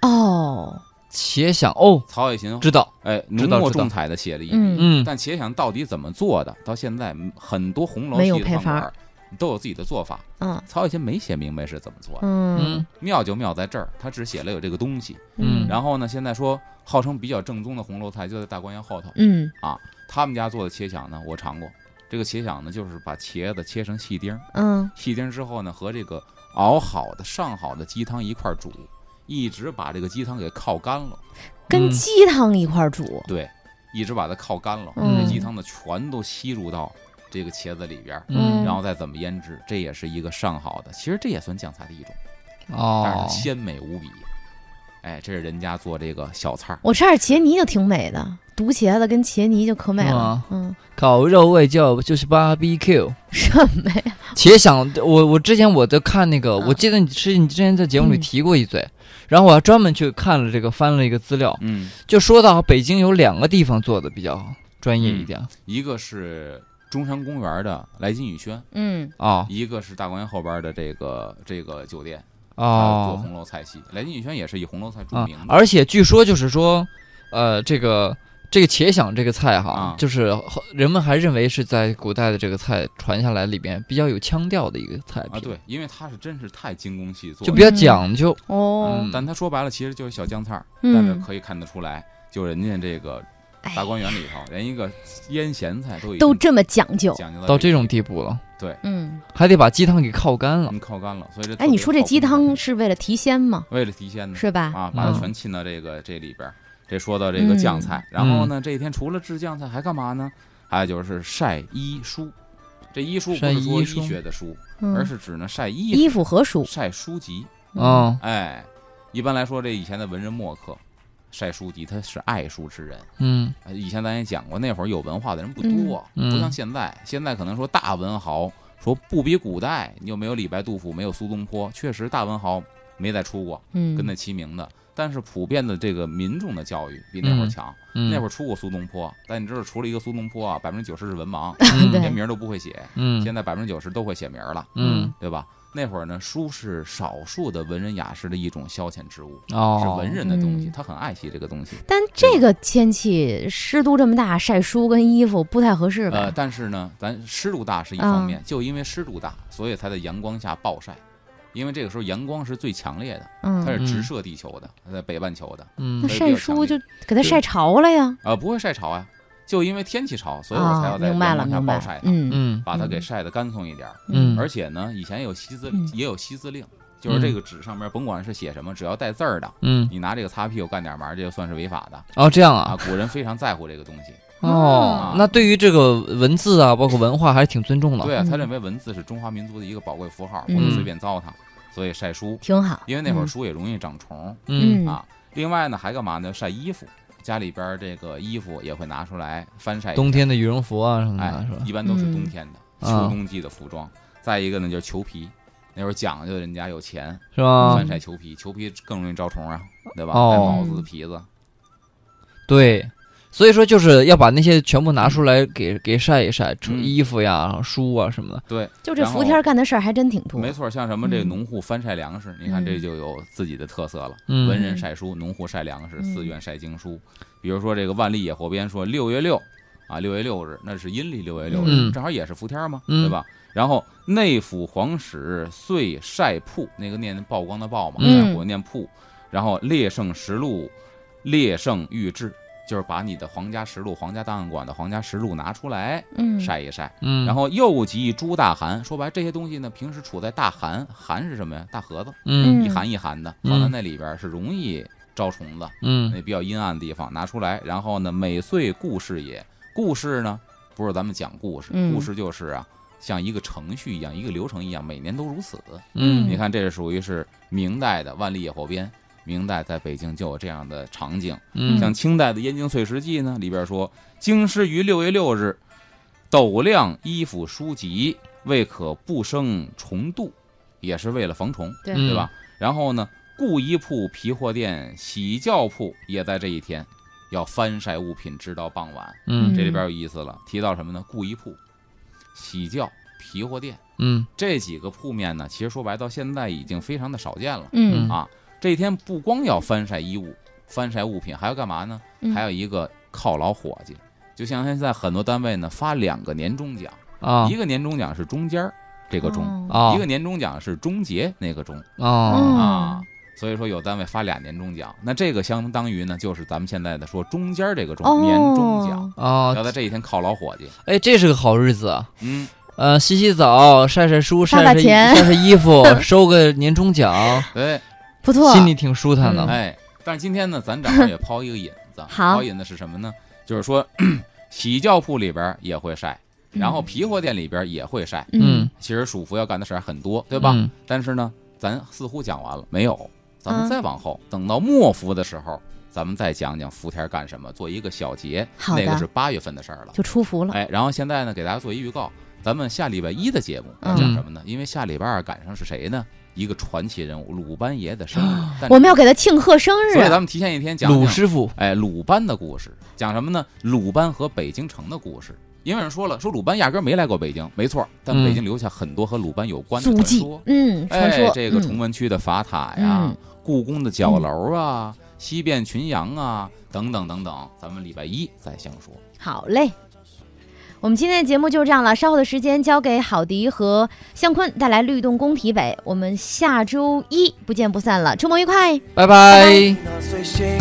Speaker 1: 哦，
Speaker 2: 且想哦，
Speaker 3: 曹雪芹
Speaker 2: 知道，
Speaker 3: 哎浓
Speaker 2: 知道
Speaker 3: 墨
Speaker 2: 知道
Speaker 3: 重彩的写了一笔，
Speaker 1: 嗯，
Speaker 2: 嗯，
Speaker 3: 但茄想到底怎么做的，到现在嗯很多红楼
Speaker 1: 没有
Speaker 3: 系的
Speaker 1: 配
Speaker 3: 饭馆
Speaker 1: 方
Speaker 3: 儿都有自己的做法。
Speaker 1: 嗯
Speaker 3: 曹雪芹没写明白是怎么做的，
Speaker 1: 嗯
Speaker 2: 嗯，
Speaker 3: 妙就妙在这儿，他只写了有这个东西。
Speaker 2: 嗯
Speaker 3: 然后呢，现在说号称比较正宗的红楼菜就在大观园后头，
Speaker 1: 嗯
Speaker 3: 他们家做的茄想呢，我尝过。这个茄想呢，就是把茄子切成细丁儿，
Speaker 1: 嗯
Speaker 3: 细丁之后呢，和这个熬好的、上好的鸡汤一块儿煮，一直把这个鸡汤给靠干了。
Speaker 1: 跟
Speaker 2: 嗯
Speaker 1: 鸡汤一块儿煮，
Speaker 3: 对，一直把它靠干了，
Speaker 1: 嗯
Speaker 3: 这鸡汤呢全都吸入到这个茄子里边儿，
Speaker 1: 嗯
Speaker 3: 然后再怎么腌制，这也是一个上好的。其实这也算酱菜的一种，
Speaker 1: 嗯
Speaker 3: 但
Speaker 2: 哦
Speaker 3: 是，鲜美无比。哎，这是人家做这个小菜儿。
Speaker 1: 我吃点茄泥就挺美的，毒茄子跟茄泥就可美了。嗯，
Speaker 2: 烤肉味就就是 barbecue。
Speaker 1: 什么呀？
Speaker 2: 且想我我之前我在看那个，
Speaker 1: 嗯
Speaker 2: 我记得你是你之前在节目里
Speaker 1: 嗯
Speaker 2: 提过一嘴，然后我还专门去看了这个翻了一个资料，
Speaker 3: 嗯，
Speaker 2: 就说到北京有两个地方做的比较专业一点啊、
Speaker 3: 一个是中山公园的来金雨轩，
Speaker 1: 嗯，
Speaker 2: 哦
Speaker 3: 一个是大观园后边的这个这个酒店，它啊做
Speaker 2: 哦
Speaker 3: 红楼菜系。来金雨轩也是以红楼菜著
Speaker 2: 啊
Speaker 3: 名！的。
Speaker 2: 而且据说就是说，呃，这个这个茄想这个菜哈，
Speaker 3: 啊
Speaker 2: 就是后人们还认为是在古代的这个菜传下来里边比较有腔调的一个菜品，
Speaker 3: 啊，对，因为它是真是太精工细作
Speaker 2: 就
Speaker 3: 了，
Speaker 2: 比较讲究。
Speaker 1: 哦
Speaker 2: 嗯，
Speaker 3: 但它说白了其实就是小酱菜儿，但是
Speaker 1: 嗯，哎
Speaker 3: 可以看得出来，就人家这个大观园里头，连一个腌咸菜都已经
Speaker 1: 都这么讲究。
Speaker 3: 讲究
Speaker 2: 到这
Speaker 3: 这
Speaker 2: 种地步了，
Speaker 1: 嗯，
Speaker 2: 还得把鸡汤给泡干了。
Speaker 3: 嗯靠干了，所以这
Speaker 1: 哎，你说这鸡汤
Speaker 3: 是
Speaker 1: 是为了提鲜吗？
Speaker 3: 为了提鲜呢，
Speaker 1: 是吧？
Speaker 3: 啊，把它
Speaker 2: 嗯
Speaker 3: 全浸到这个这里边儿。这说到这个酱菜，然后
Speaker 1: 嗯
Speaker 3: 呢，这一天除了制酱菜还干嘛呢？还有就是晒衣书，这衣书不
Speaker 2: 晒
Speaker 3: 是说
Speaker 2: 衣
Speaker 3: 医
Speaker 2: 书
Speaker 3: 学的书，而
Speaker 1: 嗯，
Speaker 3: 是指呢晒衣
Speaker 1: 衣服和熟
Speaker 3: 服、。晒书籍。
Speaker 2: 嗯
Speaker 3: 哎，一般来说，这以前的文人墨客晒书籍，他是爱书之人。
Speaker 2: 嗯
Speaker 3: 呃以前咱也讲过，那会儿有文化的人不多，
Speaker 2: 嗯嗯
Speaker 3: 不像现在。现在可能说大文豪说不比古代，你又没有李白、杜甫，没有苏东坡，确实大文豪没再出过
Speaker 1: 嗯，
Speaker 3: 跟那齐名的。但是普遍的这个民众的教育比那会儿强，
Speaker 2: 嗯，
Speaker 3: 那会
Speaker 2: 儿
Speaker 3: 儿出过苏东坡，但你知道除了一个苏东坡啊，百分之九十是文盲，连
Speaker 1: 对
Speaker 3: 名儿都不会写。
Speaker 2: 嗯
Speaker 3: 现在百分之九十都会写名儿了，
Speaker 2: 嗯
Speaker 3: 对吧？那会儿呢，书是少数的文人雅士的一种消遣之物，
Speaker 2: 哦，
Speaker 3: 是文人的东西，
Speaker 1: 嗯
Speaker 3: 他很爱惜这个东西。
Speaker 1: 但这个天气湿度这么大，晒书跟衣服不太合适
Speaker 3: 呃，
Speaker 1: 吧？嗯
Speaker 3: 但是呢，咱湿度大是一方面，就因为湿度大，所以才在阳光下暴晒，因为这个时候阳光是最强烈的，它
Speaker 1: 嗯，
Speaker 3: 是直射地球的，它在北半球的，
Speaker 1: 那
Speaker 2: 嗯
Speaker 1: 晒书就给它晒潮了呀。
Speaker 3: 呃，不会晒潮啊，就因为天气潮，所以我才
Speaker 1: 啊，
Speaker 3: 要在阳
Speaker 1: 明白了，
Speaker 3: 光下
Speaker 1: 明白
Speaker 3: 暴晒
Speaker 1: 了。
Speaker 3: 它，
Speaker 1: 嗯
Speaker 2: 嗯
Speaker 3: 把它给晒得干松一点儿。
Speaker 2: 嗯
Speaker 3: 而且呢，以前有惜字
Speaker 1: 嗯，
Speaker 3: 也有惜字令，就是这个纸上面甭管是写什么，只要带字儿的，
Speaker 2: 嗯
Speaker 3: 你拿这个擦屁股干点嘛，这就算是违
Speaker 1: [laughs]
Speaker 3: 法的
Speaker 2: 哦这样
Speaker 3: 啊
Speaker 2: 啊。。
Speaker 3: 古人非常在乎这个东西，
Speaker 2: 哦
Speaker 1: 啊，
Speaker 2: 那对于这个文字啊，包括文化，还是挺尊重的。
Speaker 3: 对啊，他
Speaker 1: 嗯
Speaker 3: 认为文字是中华民族的一个宝贵符号，不
Speaker 1: 嗯
Speaker 3: 能随便糟蹋，所以晒书。
Speaker 1: 挺好。
Speaker 3: 因为那会儿书也容易长虫、
Speaker 2: 嗯，
Speaker 1: 嗯
Speaker 3: 啊。另外呢，还干嘛呢？晒衣服，家里边儿这个衣服也会拿出来翻晒一下。
Speaker 2: 冬天的羽绒服啊什么
Speaker 3: 哎
Speaker 2: 的，是吧，？
Speaker 3: 一般都是冬天的、
Speaker 2: 嗯
Speaker 3: 秋冬季的服装。再一个呢，就是裘皮，那会儿讲究人家有钱，
Speaker 2: 是吧
Speaker 3: 翻？晒裘皮，裘皮更容易招虫啊，对吧？
Speaker 2: 啊哦
Speaker 3: 戴帽子、皮子，
Speaker 2: 对，所以说就是要把那些全部拿出来给给晒一晒，成
Speaker 3: 嗯
Speaker 2: 衣服呀、书啊什么的。
Speaker 3: 对，
Speaker 1: 就这伏天干的事儿还真挺多。
Speaker 3: 没错。像什么这个
Speaker 1: 嗯
Speaker 3: 农户翻晒粮食，你看
Speaker 1: 嗯
Speaker 3: 这就有自己的特色了。
Speaker 2: 嗯
Speaker 3: 文人晒书，农户晒粮食，
Speaker 1: 嗯
Speaker 3: 寺院晒经书。比如说这个万历野火编说六月六啊，六月六日，那是阴历六月六日，
Speaker 2: 嗯
Speaker 3: 正好也是伏天嘛，
Speaker 2: 嗯
Speaker 3: 对吧？然后内府皇室岁晒曝，那个念曝光的曝嘛，
Speaker 1: 嗯
Speaker 3: 但是我念曝。然后列圣实录，列圣御制，就是把你的皇家实录、皇家档案馆的皇家实录拿出来
Speaker 1: 嗯，
Speaker 3: 晒一晒。
Speaker 2: 嗯，
Speaker 3: 然后又及诸大寒，说白了这些东西呢，平时处在大寒，寒是什么呀？大盒子。
Speaker 2: 嗯
Speaker 3: 一寒一寒的，
Speaker 2: 嗯
Speaker 3: 放在那里边儿是容易招虫子，
Speaker 2: 嗯
Speaker 3: 那比较阴暗的地方拿出来，然后呢，每岁故事也，故事呢不是咱们讲故事，
Speaker 1: 嗯
Speaker 3: 故事就是啊，像一个程序一样，一个流程一样，每年都如此。
Speaker 2: 嗯
Speaker 3: 你看，这是属于是明代的万历野火编，明代在北京就有这样的场景。
Speaker 2: 嗯
Speaker 3: 像清代的《燕京岁时记》呢，里边说：“京师于六月六日，斗量衣服书籍，为可不生虫蠹，也是为了防虫。”
Speaker 1: 对
Speaker 2: 嗯
Speaker 3: 对吧？然后呢，雇衣铺、皮货店、洗轿铺也在这一天要翻晒物品，直到傍晚。
Speaker 2: 嗯
Speaker 3: 这里边有意思了，提到什么呢？雇衣铺、洗轿、皮货店
Speaker 2: 嗯
Speaker 3: 这几个铺面呢，其实说白到现在已经非常的少见了。
Speaker 1: 嗯
Speaker 3: 啊，这一天不光要翻晒衣物、翻晒物品，还要干嘛呢？
Speaker 1: 嗯
Speaker 3: 还有一个犒劳伙计。就像现在很多单位呢，发两个年终奖，
Speaker 2: 啊
Speaker 3: 一个年终奖是中间儿这个钟，
Speaker 1: 哦
Speaker 2: 啊
Speaker 3: 一个年终奖是终结那个钟。
Speaker 2: 啊
Speaker 3: 啊
Speaker 1: 嗯，
Speaker 3: 所以说有单位发俩年终奖，那这个相当于呢，就是咱们现在的说中间这个中、
Speaker 1: 哦，
Speaker 3: 年终奖，要
Speaker 2: 啊！
Speaker 3: 在这一天犒劳伙计。
Speaker 2: 哎，这是个好日子啊！
Speaker 3: 嗯，
Speaker 2: 呃，洗洗澡，晒晒书，晒
Speaker 1: 发发
Speaker 2: 晒衣
Speaker 1: 钱
Speaker 2: 晒晒衣服， [laughs] 收个年终奖，
Speaker 1: 嗯
Speaker 3: 对，
Speaker 1: 不 [laughs] 错，
Speaker 2: 心里挺舒坦的。嗯
Speaker 3: 哎，但是今天呢，咱这儿也抛一个引子，
Speaker 1: 好
Speaker 3: [clears throat] 抛引子是什么呢？就是说，洗轿铺里边也会晒，然后皮货店里边也会晒。
Speaker 1: 嗯，
Speaker 3: 其实蜀服要干的事儿很多，对吧？
Speaker 2: 嗯
Speaker 3: 但是呢，咱似乎讲完了没有？咱
Speaker 1: 嗯
Speaker 3: 们再往后，等到末服的时候，咱们再讲讲伏天干什么，做一个小结。
Speaker 1: 好的
Speaker 3: 那个是八月份的事儿了。
Speaker 1: 就出服了。
Speaker 3: 哎，然后现在呢，给大家做一预告，咱们下礼拜一的节目
Speaker 1: 嗯
Speaker 3: 要讲什么呢？因为下礼拜二赶上是谁呢？一个传奇人物鲁班爷的生日，但
Speaker 1: 哦我们要给他庆贺生日啊
Speaker 3: 所以，咱们提前一天讲
Speaker 2: 鲁
Speaker 3: 讲
Speaker 2: 师傅，
Speaker 3: 哎，鲁班的故事讲什么呢？鲁班和北京城的故事。因为有人说了，说鲁班压根儿没来过北京，没错儿，但
Speaker 2: 嗯
Speaker 3: 北京留下很多和鲁班有关的
Speaker 1: 足
Speaker 3: 传
Speaker 1: 迹
Speaker 3: 说。，
Speaker 1: 嗯，传说
Speaker 3: 哎，这个
Speaker 1: 嗯
Speaker 3: 崇文区的法塔呀，
Speaker 1: 嗯
Speaker 3: 故宫的角楼啊，西变群羊啊，等等等等，咱们礼拜一再详说。
Speaker 1: 好嘞。我们今天的节目就是这样了，稍后的时间交给郝迪和向坤带来律动工体北，我们下周一不见不散了，周末愉快。
Speaker 2: 拜
Speaker 1: 拜
Speaker 2: 拜
Speaker 4: 那随心。